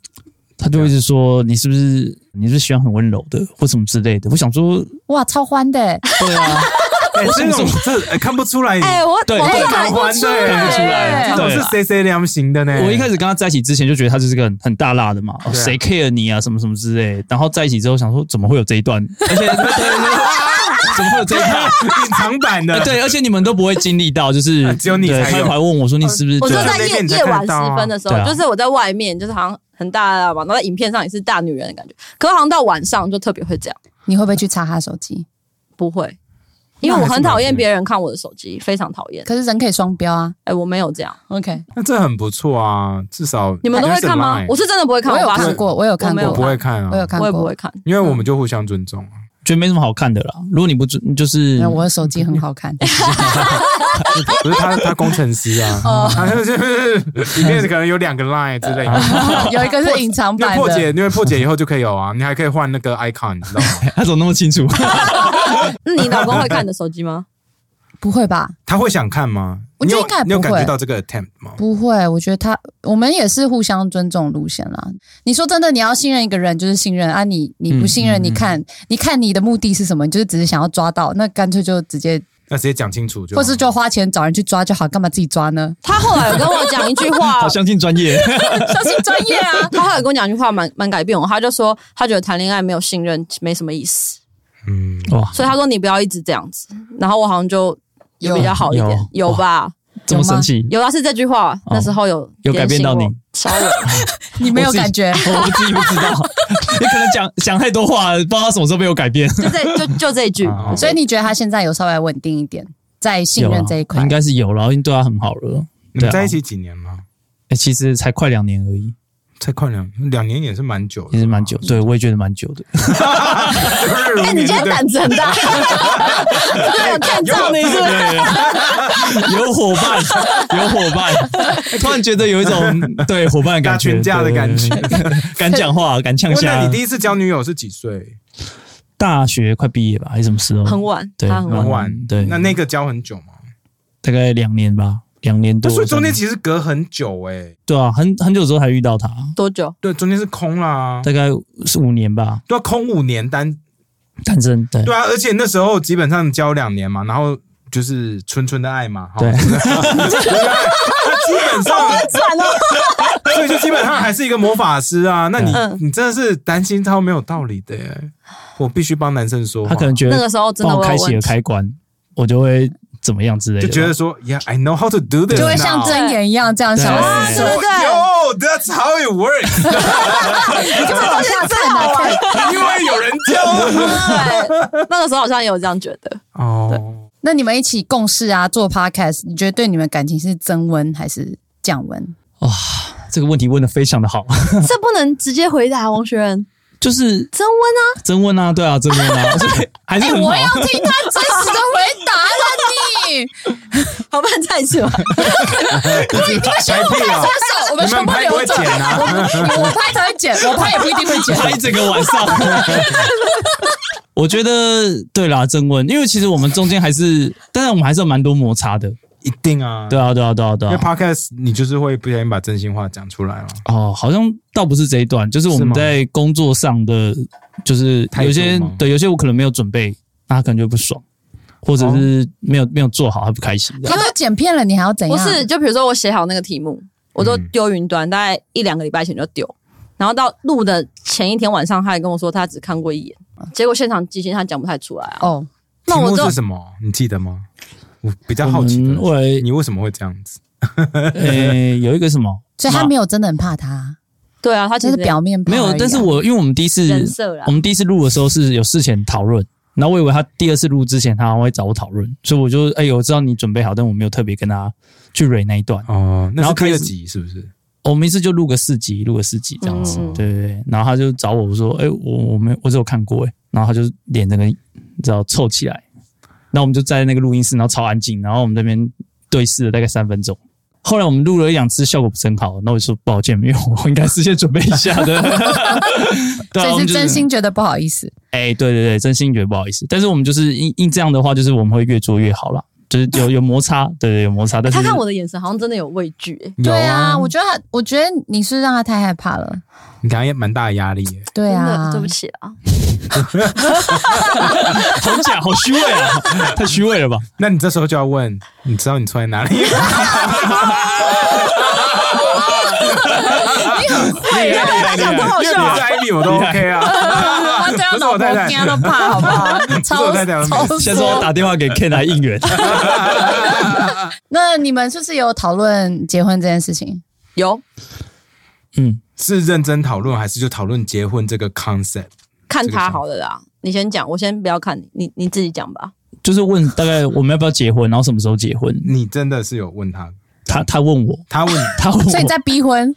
他就一直说你是不是你是不是喜欢很温柔的或什么之类的。我想说，哇，超欢的、欸！对啊，哎，我这怎种么这哎看不出来，哎、我对我对不哎看敢不出来看不出来这种是对啊 C C 良型的呢。我一开始跟他在一起之前就觉得他就是个很很大辣的嘛，哦哎对啊谁、care 你啊，什么什么之类。然后在一起之后想说，怎么会有这 一段？而且对对对怎么会有这一段？哎隐藏版 的，对，而且你们都不会经历到，就是哎只有你对才他有还问我说你是不是我觉说得在夜对夜晚时分的时候对，啊就是我在外面，就是好像很大了嘛，然后在影片上也是大女人的感觉，可好像到晚上就特别会这样，你会不会去查他手机？不会，因为我很讨厌别人看我的手机，非常讨厌。可是人可以双标啊。哎、我没有这样， OK，那这很不错啊，至少你们都会看吗 Line？我是真的不会看，我有发看誓，过，我有看我没过，有我不会看啊，我有看我过，也不会看。因为我们就互相尊重啊。觉得没什么好看的啦。如果你不就是没有 我的手机很好看，嗯不是他，他工程师啊， 他就是里面可能有两个 line 之类的。 有一个是隐藏因为版破解，的。因为破解以后就可以有啊，你还可以换那个 icon，你知道吗？他怎么那么清楚？那你老公会看你的手机吗？不会吧？他会想看吗？我觉得你有应该不会你有感觉到这个 temp 吗？不会，我觉得他我们也是互相尊重路线啦。你说真的，你要信任一个人就是信任啊你，你不信任，嗯嗯你看、你看你的目的是什么？你就是只是想要抓到，那干脆就直接，那直接讲清啊楚就好，或是就花钱找人去抓就好，干嘛自己抓 呢？他后来有跟我讲一句话好，相信 专业，相信专业啊！他后来有跟我讲一句话蛮蛮改变我，他就说他觉得谈恋爱没有信任没什么意思，嗯，哇，所以他说你不要一直这样子。然后我好像就有比较好一点，有有吧？这么生气，有啊，是这句话，那时候有有改变到你点醒我，稍微你没有感 觉，我自己不知道， 你可能讲讲太多话，不知道他什么时候被我改变。就这就就这一 嗯句啊，所以你觉得他现在有稍微稳定一点，在信有啊任这一块应，该是有了，已经对他很好了。你们对啊在一起几年了？哎，其实才快两年而已，才快两两年也是蛮久的，也是蛮久。。对，我也觉得蛮久的。哎哎，你今天胆子很 大，有看照 你是不是？对，有伙伴，有伙伴，突然觉得有一种对伙伴的感觉，打群架的感觉对，对对敢讲话，敢呛问哦那下你。第一次交女友是几岁？大学快毕业吧，还是什么时候？很晚，对他很晚很晚。嗯对那那个交很久吗？大概两年吧，两年多。所以中间三年其实隔很久哎、对啊，很很久之后才遇到他，多久？对，中间是空啦，大概是五年吧，对啊，空五年单，单身。对对啊，而且那时候基本上交两年嘛，然后就是纯纯的爱嘛，哈对，基本 上，转了，所以就基本上还是一个魔法师啊。那你嗯你真的是担心超没有道理的耶，我必须帮男生说话，他可能觉那得个时候真帮的我我开有启了问题。开关，我就会怎么样之类的就吧。觉得说，Yeah, I know how to do this，就会像 now 睁眼一样这样想啊对，哇对不对哦，That's how it works，你干嘛往下看啊？看因为有人 教。对，那个时候好像也有这样觉 得。哦，那你们一起共事啊，做 podcast，你觉得对你们感情是增温还是降温？这个问题问的非常的好，这不能直接回答王学仁，就是增温啊，真问啊，对啊，真问啊，所以还是哎、很好。我要听他真实的回答了你。好办再一次吧。 你们拍屁啊！放手，我们你全们部拍不会留着。剪啊我拍才会剪，我拍也不一定会 剪。拍一整个晚上。我觉得对啦，正问，因为其实我们中间还是，当然我们还是有蛮多摩擦的。一定啊，对啊，对啊，对啊，对因为啊。 podcast 你就是会不小心把真心话讲出来了。哦，好像倒不是这一段，就是我是吗们在工作上的，就是有态些度吗对有些我可能没有准备，那他可能就不爽，或者哦是没有没有做好，他不开心。这样他都剪片了，你还要怎不样？是，，就比如说我写好那个题目，我都丢云端，大概一两个礼拜前就丢，然后到录的前一天晚上，他还跟我说他只看过一眼，结果现场即兴他讲不太出来啊。哦，题那我目就是什么？你记得吗？我比较好奇我的们是，未来你为什么会这样子？呃有一个什么，所以他妈没有真的很怕他，对啊，他其只实是表面怕没而已啊有，但是我因为我们第一次人设啊啦我。们第一次录的时候是有事前讨论，然后我以为他第二次录之前他会找我讨论，所以我就哎、我知道你准备好，但我没有特别跟他去蕊那一段。哦，那然是后开第始二集是不是？我们一次就录个四集，录个四集这样子，嗯对对对。然后他就找我，我说哎、我我没有我只有看过哎、然后他就脸整个你知道臭起来，然后我们就在那个录音室，然后超安静，然后我们那边对视了大概三分钟。后来我们录了一两次，效果不是很好，那我就说抱歉，因为我应该事先准备一下的。 对啊我所以们是就真心觉得不好意思。哎、对对对，真心觉得不好意思，但是我们就是因因这样的话，就是我们会越做越好啦，就是有有摩擦，对对有摩擦，但是他看我的眼神好像真的有畏惧、欸，有对啊，我觉得他，我觉得你是让他太害怕了。你给他也蛮大的压力耶。对真啊的，对不起啊，好假，好虚伪啊，太虚伪了吧？那你这时候就要问，你知道你错在哪里？厉害厉害厉害！因为你是艾米，我都 OK 啊。啊，这样不是我老太婆太听都怕，好不好？不是超我太太超下次我打电话给 Ken 来应援。那你们是不是有讨论结婚这件事情？有嗯，是认真讨论，还是就讨论结婚这个 concept？看这个他想好了啦。你先讲，我先不要看你，你你自己讲吧。就是问大概我们要不要结婚，然后什么时候结婚？你真的是有问他，他他问我，他问你，他问我，所以你在逼婚，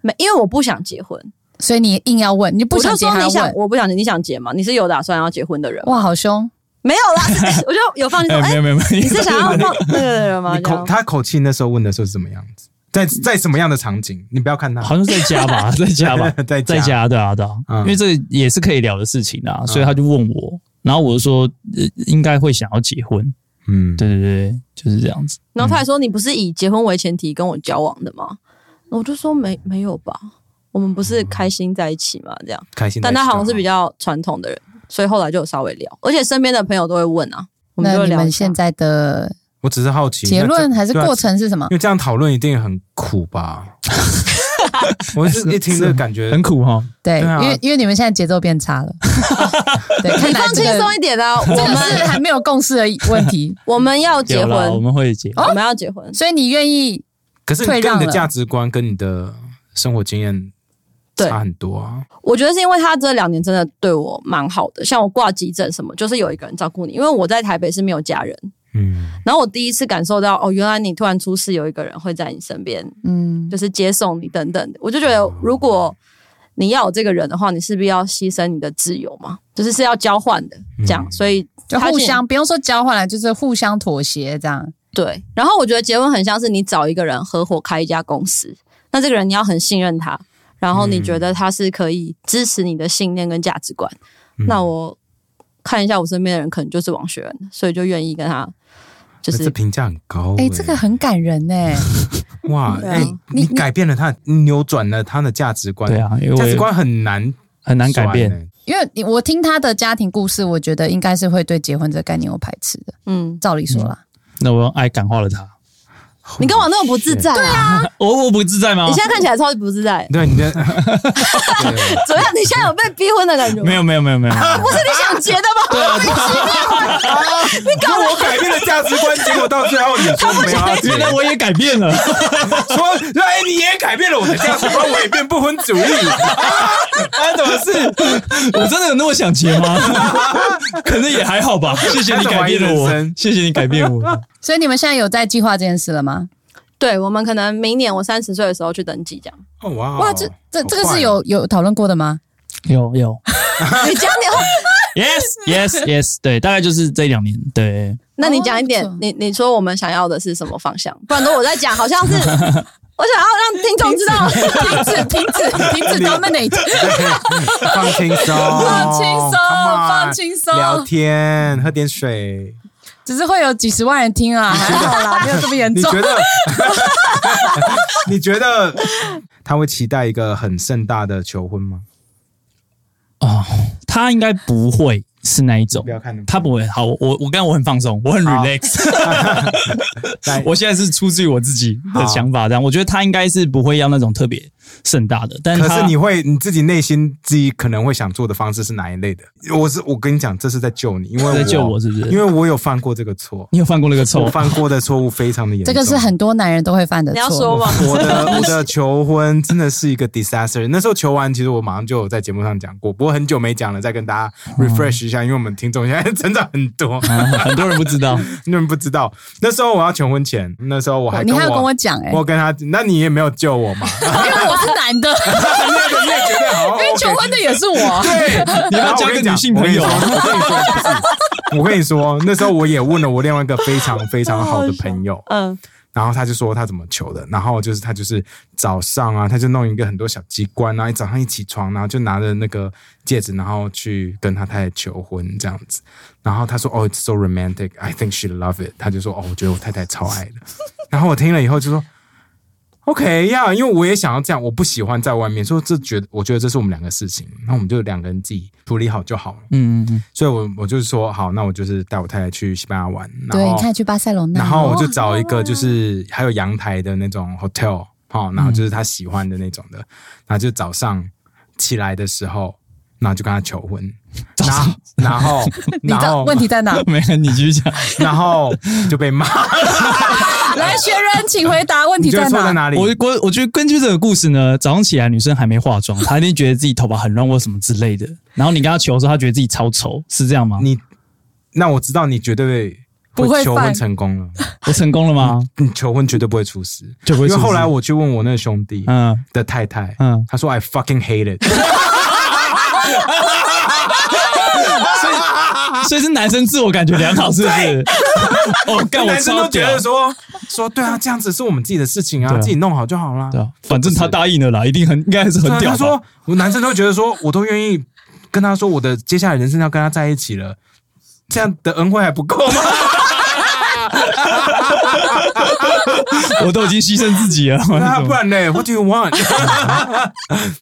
没，因为我不想结婚，所以你硬要问，你不我就想结说还要你想，问，我不想结，你想结吗？你是有打算要结婚的人吗？哇，好凶！没有啦，是我就有放心说，哎、哎、没有没有没有，你是想要放那个人吗？你这口样他口气那时候问的时候是什么样子？在在什么样的场景？你不要看他，好像在家吧，在家吧，在家在家，对啊，对啊，嗯因为这也是可以聊的事情啊，所以他就问我，然后我就说，呃应该会想要结婚，嗯，对对对，就是这样子。然后他还说：“你不是以结婚为前提跟我交往的吗？”我就说没：“没有吧，我们不是开心在一起嘛，这样。开”心在一但起就。他好像是比较传统的人，所以后来就有稍微聊，而且身边的朋友都会问啊，我们就那会你聊一们下现。在的我只是好奇结那论这还是对啊过程是什么因？为这样讨论一定很苦 吧？我是一听这个感觉很苦哈，对，对啊因为因为你们现在节奏变 差了，对，看 你来 放这轻个松一点啊，我这个们是还没有共识的问 题，我们要结有啦，我婚，们会结。我们要结婚，所以你愿意可是退你跟让你的了价值观跟你的生活经验对差很多啊。我觉得是因为他这两年真的对我蛮好的，像我挂急诊什么，就是有一个人照顾你，因为我在台北是没有家人。嗯，然后我第一次感受到，哦，原来你突然出事，有一个人会在你身边，嗯就是接送你等等的。我就觉哦得，如果你要有这个人的话，你势必要牺牲你的自由嘛，就是是要交换的这样。嗯所以就他互现相不用说交换了，就是互相妥协这样。对，然后我觉得结婚很像是你找一个人合伙开一家公司，那这个人你要很信任他，然后你觉得他是可以支持你的信念跟价值观。嗯那我看一下我身边的人，可能就是王学仁，所以就愿意跟他，就那这是评价很高欸。哎，这个很感人呢。哇，对啊哎，你你改变了他，你扭转了他的价值观。对，啊，因价值为观很难很难改转变。欸。因为你我听他的家庭故事，我觉得应该是会对结婚这个概念有排斥的。嗯，照理说啦，那我用爱感化了 他。你干嘛那么不自在 啊？哦我我不自在吗你？现在看起来超级不自在， 对 你的怎么样？你现在有被逼婚的感觉吗？没有没有没有没有，不是你想结的吗？对啊，对啊你搞我改变了价值观，结果到最后你说没有 要结 原来我也改变了。说，哎，你也改变了我的价值观，我也变不婚主义， 啊，怎么是？ 我真的有那么想结 吗？可能也还好吧。谢谢你改变了开始怀疑人我生，谢谢你改 变我。所以你们现在有在计划这件事了吗？对我们可能明年我三十岁的时候去登记，这样。哦哇哇，这这好这个快是哦有有讨论过的吗？有有你讲 点， ，yes yes yes，对，大概就是这两年。对，那你讲一点哦不错，你你说我们想要的是什么方向？不然都我在讲，好 像是我想要让听众知道，停止， 停止，停止 dominate，放轻松，放轻松 come on，放轻松聊天，喝点水。只是会有几十万人听 啊，还好啦，没有这么严你重觉。 得？ 你觉得他会期待一个很盛大的求婚吗？哦，他应该不会是那一种不。要看那么他不会好，我我我刚刚我很放松，我很 relax， 来我现在是出自于我自己的好想法，这样我觉得他应该是不会要那种特别盛大的，但可他是你会你自己内心自己可能会想做的方式是哪一类的？我是我跟你讲，这是在救你，因为在救我是不因为是？我有犯过这个错，你有犯过那个错我？犯过的错误非常的严这重。个是很多男人都会犯的你错。要说吗？我的我的求婚真的是一个 disaster。那时候求完，其实我马上就有在节目上讲过，不过很久没讲了，再跟大家 refresh 一下，因为我们听众现在成长很多，啊很多人不 知道，你们不知道。那时候我要求婚前，那时候我还你跟还要跟我我。讲哎、我跟他，那你也没有救我嘛？因为我是男的，那 个你也哦觉得好， 因为求 OK 婚的也是我。对，你要交个女性朋友我跟你说，我跟你说不是，我跟你说，那时候我也问了我另外一个非常非常好的朋友，嗯，然后他就说他怎么求的，然后就是他就是早上啊，他就弄一个很多小机关啊，早上一起床，然后就拿着那个戒指，然后去跟他太太求婚这样子。然后他说：“哦、i t s so romantic, I think she love it。”他就说：“哦，我觉得我太太超爱的。”然后我听了以后就说：“OK 呀、因为我也想要这样，我不喜欢在外面，说这觉得我觉得这是我们两个事情，那我们就两个人自己处理好就好了。嗯嗯嗯，所以我我就是说好，那我就是带我太太去西班牙玩，然 对，后你看去巴塞罗那，然后我就找一哦个啊就是还有阳台的那种 hotel 哈、然后就是他喜欢的那种的，然后就早上起来的时候，然后就跟他求婚，然后然 后你然的后问题在 哪？没有，你继续讲。然后就被骂，来，学人，请回答问你题觉得在错哪？在哪里？我我我觉得根据这个故事呢，早上起来女生还没化妆，她一定觉得自己头发很乱或什么之类的。然后你跟她求的时候，她觉得自己超丑，是这样吗？你那我知道你绝对不会求婚犯成功了，我成功了吗？你求婚绝对不会出事， 就不会因出为事后来我去问我那个兄弟嗯的太太，嗯，他说 I fucking hate it。啊所以是男生自我感觉良好，是不是？ 哦， 干我男生超都觉屌得， 说说对啊，这样子是我们自己的事情对啊，啊自己弄好就好啦。对啊，反正他答应了啦，一定很应该是很对啊屌吧。他说，我男生都觉得说，我都愿意 跟他说，我的接下来人生要跟他在一起了，这样的恩惠还不够吗？我都已经牺牲自己了。那啊不然呢？What do you want？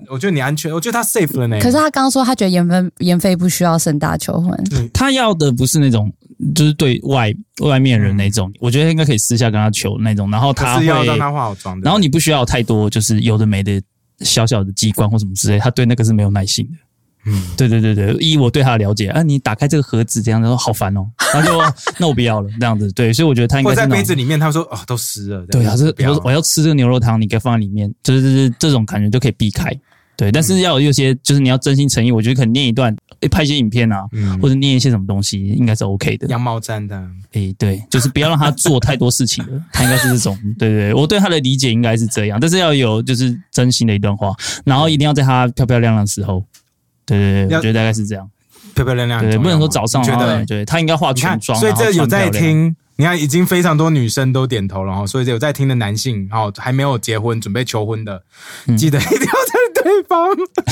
我觉得你安全，我觉得他 safe 了呢。可是他刚刚说，他觉得严芬严飞不需要盛大求婚，他要的不是那种，就是对外外面人那种，我觉得应该可以私下跟他求那种，然后可他是会，要让嗯他化好妆的。然后你不需要有太多就是有的没的小小的机关或什么之类，他对那个是没有耐心的。嗯，对对对对，以我对他的了解，啊，你打开这个盒子这样，然后好烦哦，然后就哦那我不要了这样子，对，所以我觉得他应或该者在是那杯种子里面，他说哦都湿了。对啊，这这样不要我我要吃这个牛肉汤，你可以放在里面，就是这种感觉就可以避开。对，但是要有一些，就是你要真心诚意，我觉得可能念一段，诶拍一些影片啊，嗯或者念一些什么东西，应该是 OK 的。羊毛毡的。诶、对，就是不要让他做太多事情了，他应该是这种，对对对，我对他的理解应该是这样，但是要有就是真心的一段话，然后一定要在他漂漂亮亮的时候，对对对，要我觉得大概是这样，漂漂亮亮，对很对，重不要能说吗早上哦你觉然后得，对他应该化你全看，妆，所以然后这有穿漂在亮，听，你看已经非常多女生都点头了哈，所以有在听的男性哦，还没有结婚准备求婚的，嗯记得一定要在对方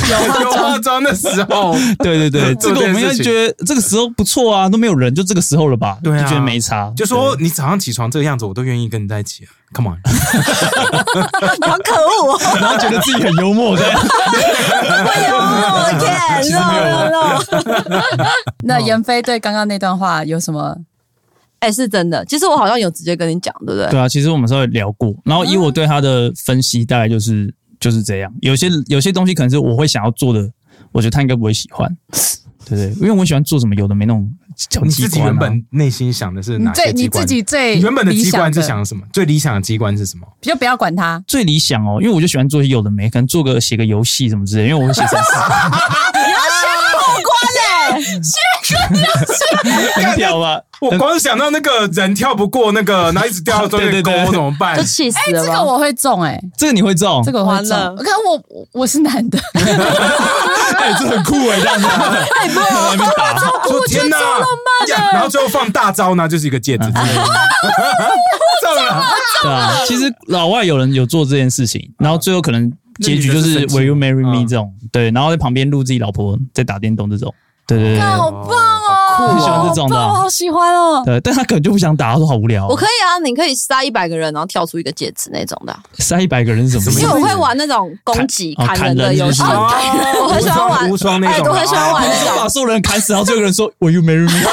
有化妆的时哦候，对对对， 这做这个我件们要事情觉得这个时候不错啊，都没有人，就这个时候了吧？对啊就觉得没差， 就说你早上起床这个样子，我都愿意跟你在一起啊，Come on。你好可恶、哦！对然后觉得自己很幽默，对，哎 呦，我的天其实没有，no no no！那哦严飞对刚刚那段话有什么？哎、是真的。其实我好像有直接跟你讲，对不对？对啊，其实我们稍微聊过，然后以我对他的分析，大概就是就是这样。有些有些东西可能是我会想要做的，我觉得他应该不会喜欢，对对，因为我很喜欢做什么有的没那种小你机自己关、啊。原本内心想的是你哪最些你机自关？己最你原本的理机想关是想什么？最理想的机关是什么？就不要管他。最理想哦，因为我就喜欢做有的没，可能做个写个游戏什么之类，因为我会写程 式，啊很屌吧？我光想到那个人跳不过那 个，然后一直掉到中对间沟对对怎么办就？气死哎、了这吧。个我会中哎、这个你会中这，个我会中。完了可是我我我是男的，哎，这很酷哎，这样子， 太棒 了，打，说天哪！呀然后最后放大招呢，就是一个戒指之类的。中了，对啊。其实老外有人有做这件事情，然后最后可能结局就那女的是是生气 Will you marry me 嗯这种，对，然后在旁边录自己老婆在打电动这种，对对对对。看好棒哦，好酷哦你喜欢这种的啊好棒我好喜欢哦。对，但他可能就不想打，他说好无聊、我可以啊，你可以杀一百个人，然后跳出一个戒指那种的啊。塞一百个人是什么什意因么为意思？思我会玩那种攻击砍砍人砍的人游戏，是不是哦哦 我很喜欢玩无双无双那种哎，我很喜欢玩那就种把。所有人砍死，然后最后一个人说 Will you marry me？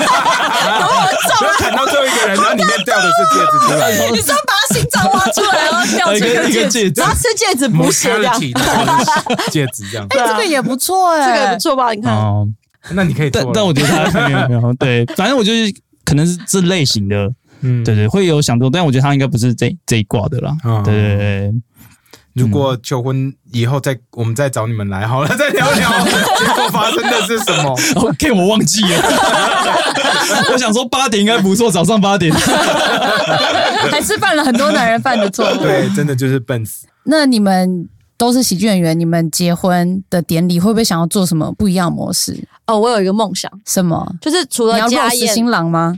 然后砍到最后一个人，然后里面掉的是戒指出哦来。你知道把他心脏挖出来，然后掉一出个一个戒指，哎戒指然，后吃戒指补血这样，啊 Mortality 的戒指这样，哎、这个也不错哎、这个也不错吧？你看，哦，那你可以做但了。但我觉得他没有没有对， 反正我就是可能是这类型的，嗯对对，会有想多，但我觉得他应该不是这这一挂的啦嗯，对对对，如果求婚以后再，我们再找你们来好了，再聊聊最后发生的是什么。对 OK，我哦忘记了， 我想说八点应该不错，早上八点，还是犯了很多男人犯的错 误。对，真的就是笨死。那你们都是喜剧演员，你们结婚的典礼会不会想要做什么不一样的模式？哦，我有一个梦想，什么？就是除你了要家认识宴，新郎吗？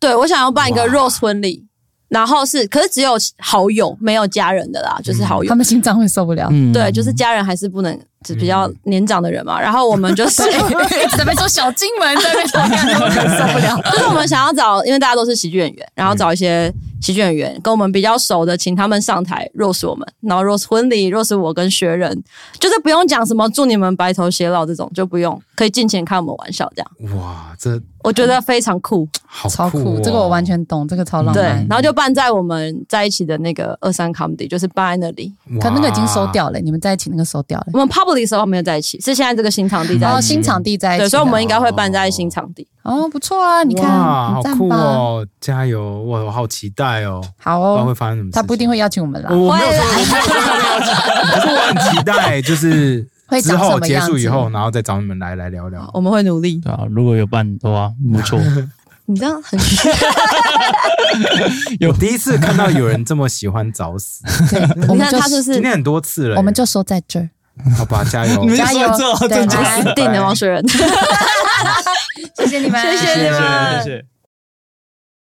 对我想要办一个哇 Rose 婚礼，然后是，可是只有好友，没有家人的啦，就是好友他。们心脏会受不了。嗯，对，就是家人还是不能，就比较年长的人嘛。然后我们就是， 准备说小金门，在那边他们很受不了。就 是我们想要找，因为大家都是喜剧演员，然后找一些喜剧演员跟我们比较熟的，请他们上台 rose 我们，然后 rose 婚礼，rose 我跟学人，就是不用讲什么祝你们白头偕老这种，就不用，可以尽情开我们玩笑这样，哇，这我觉得非常酷。好超酷酷哦，这个我完全懂，这个超浪对漫。，然后就办在我们在一起的那个二三 comedy，就是办在那里。可那个已经收。掉了，你们在一起那个收掉了。我们 public 的时候没有在一起，是现在这个新场地然在后一起。哦新场地在一起对，的，所以我们应该会办在新场地。哦不错啊，你看，哇，好很赞酷吧？哦！加油，我我好期待哦，好不知道会哦，发生什么事情。哦他不一定会邀请我们啦我，我没有说，会啦我没有说他们要请 可是我很期待，就是啊 会之长什后么结样束以子？哦后，然后再找你们来来聊聊。我 们会努力。对啊，如果有伴的话，不错，你这样很我第一次看到有人这么喜欢找 死，对，我你们看就他是不今是天很多次了。我们就说在 这儿，好吧，加 油！你们加油说这，对真加假油定的王雪人？谢谢你们， 谢谢你们谢谢谢谢。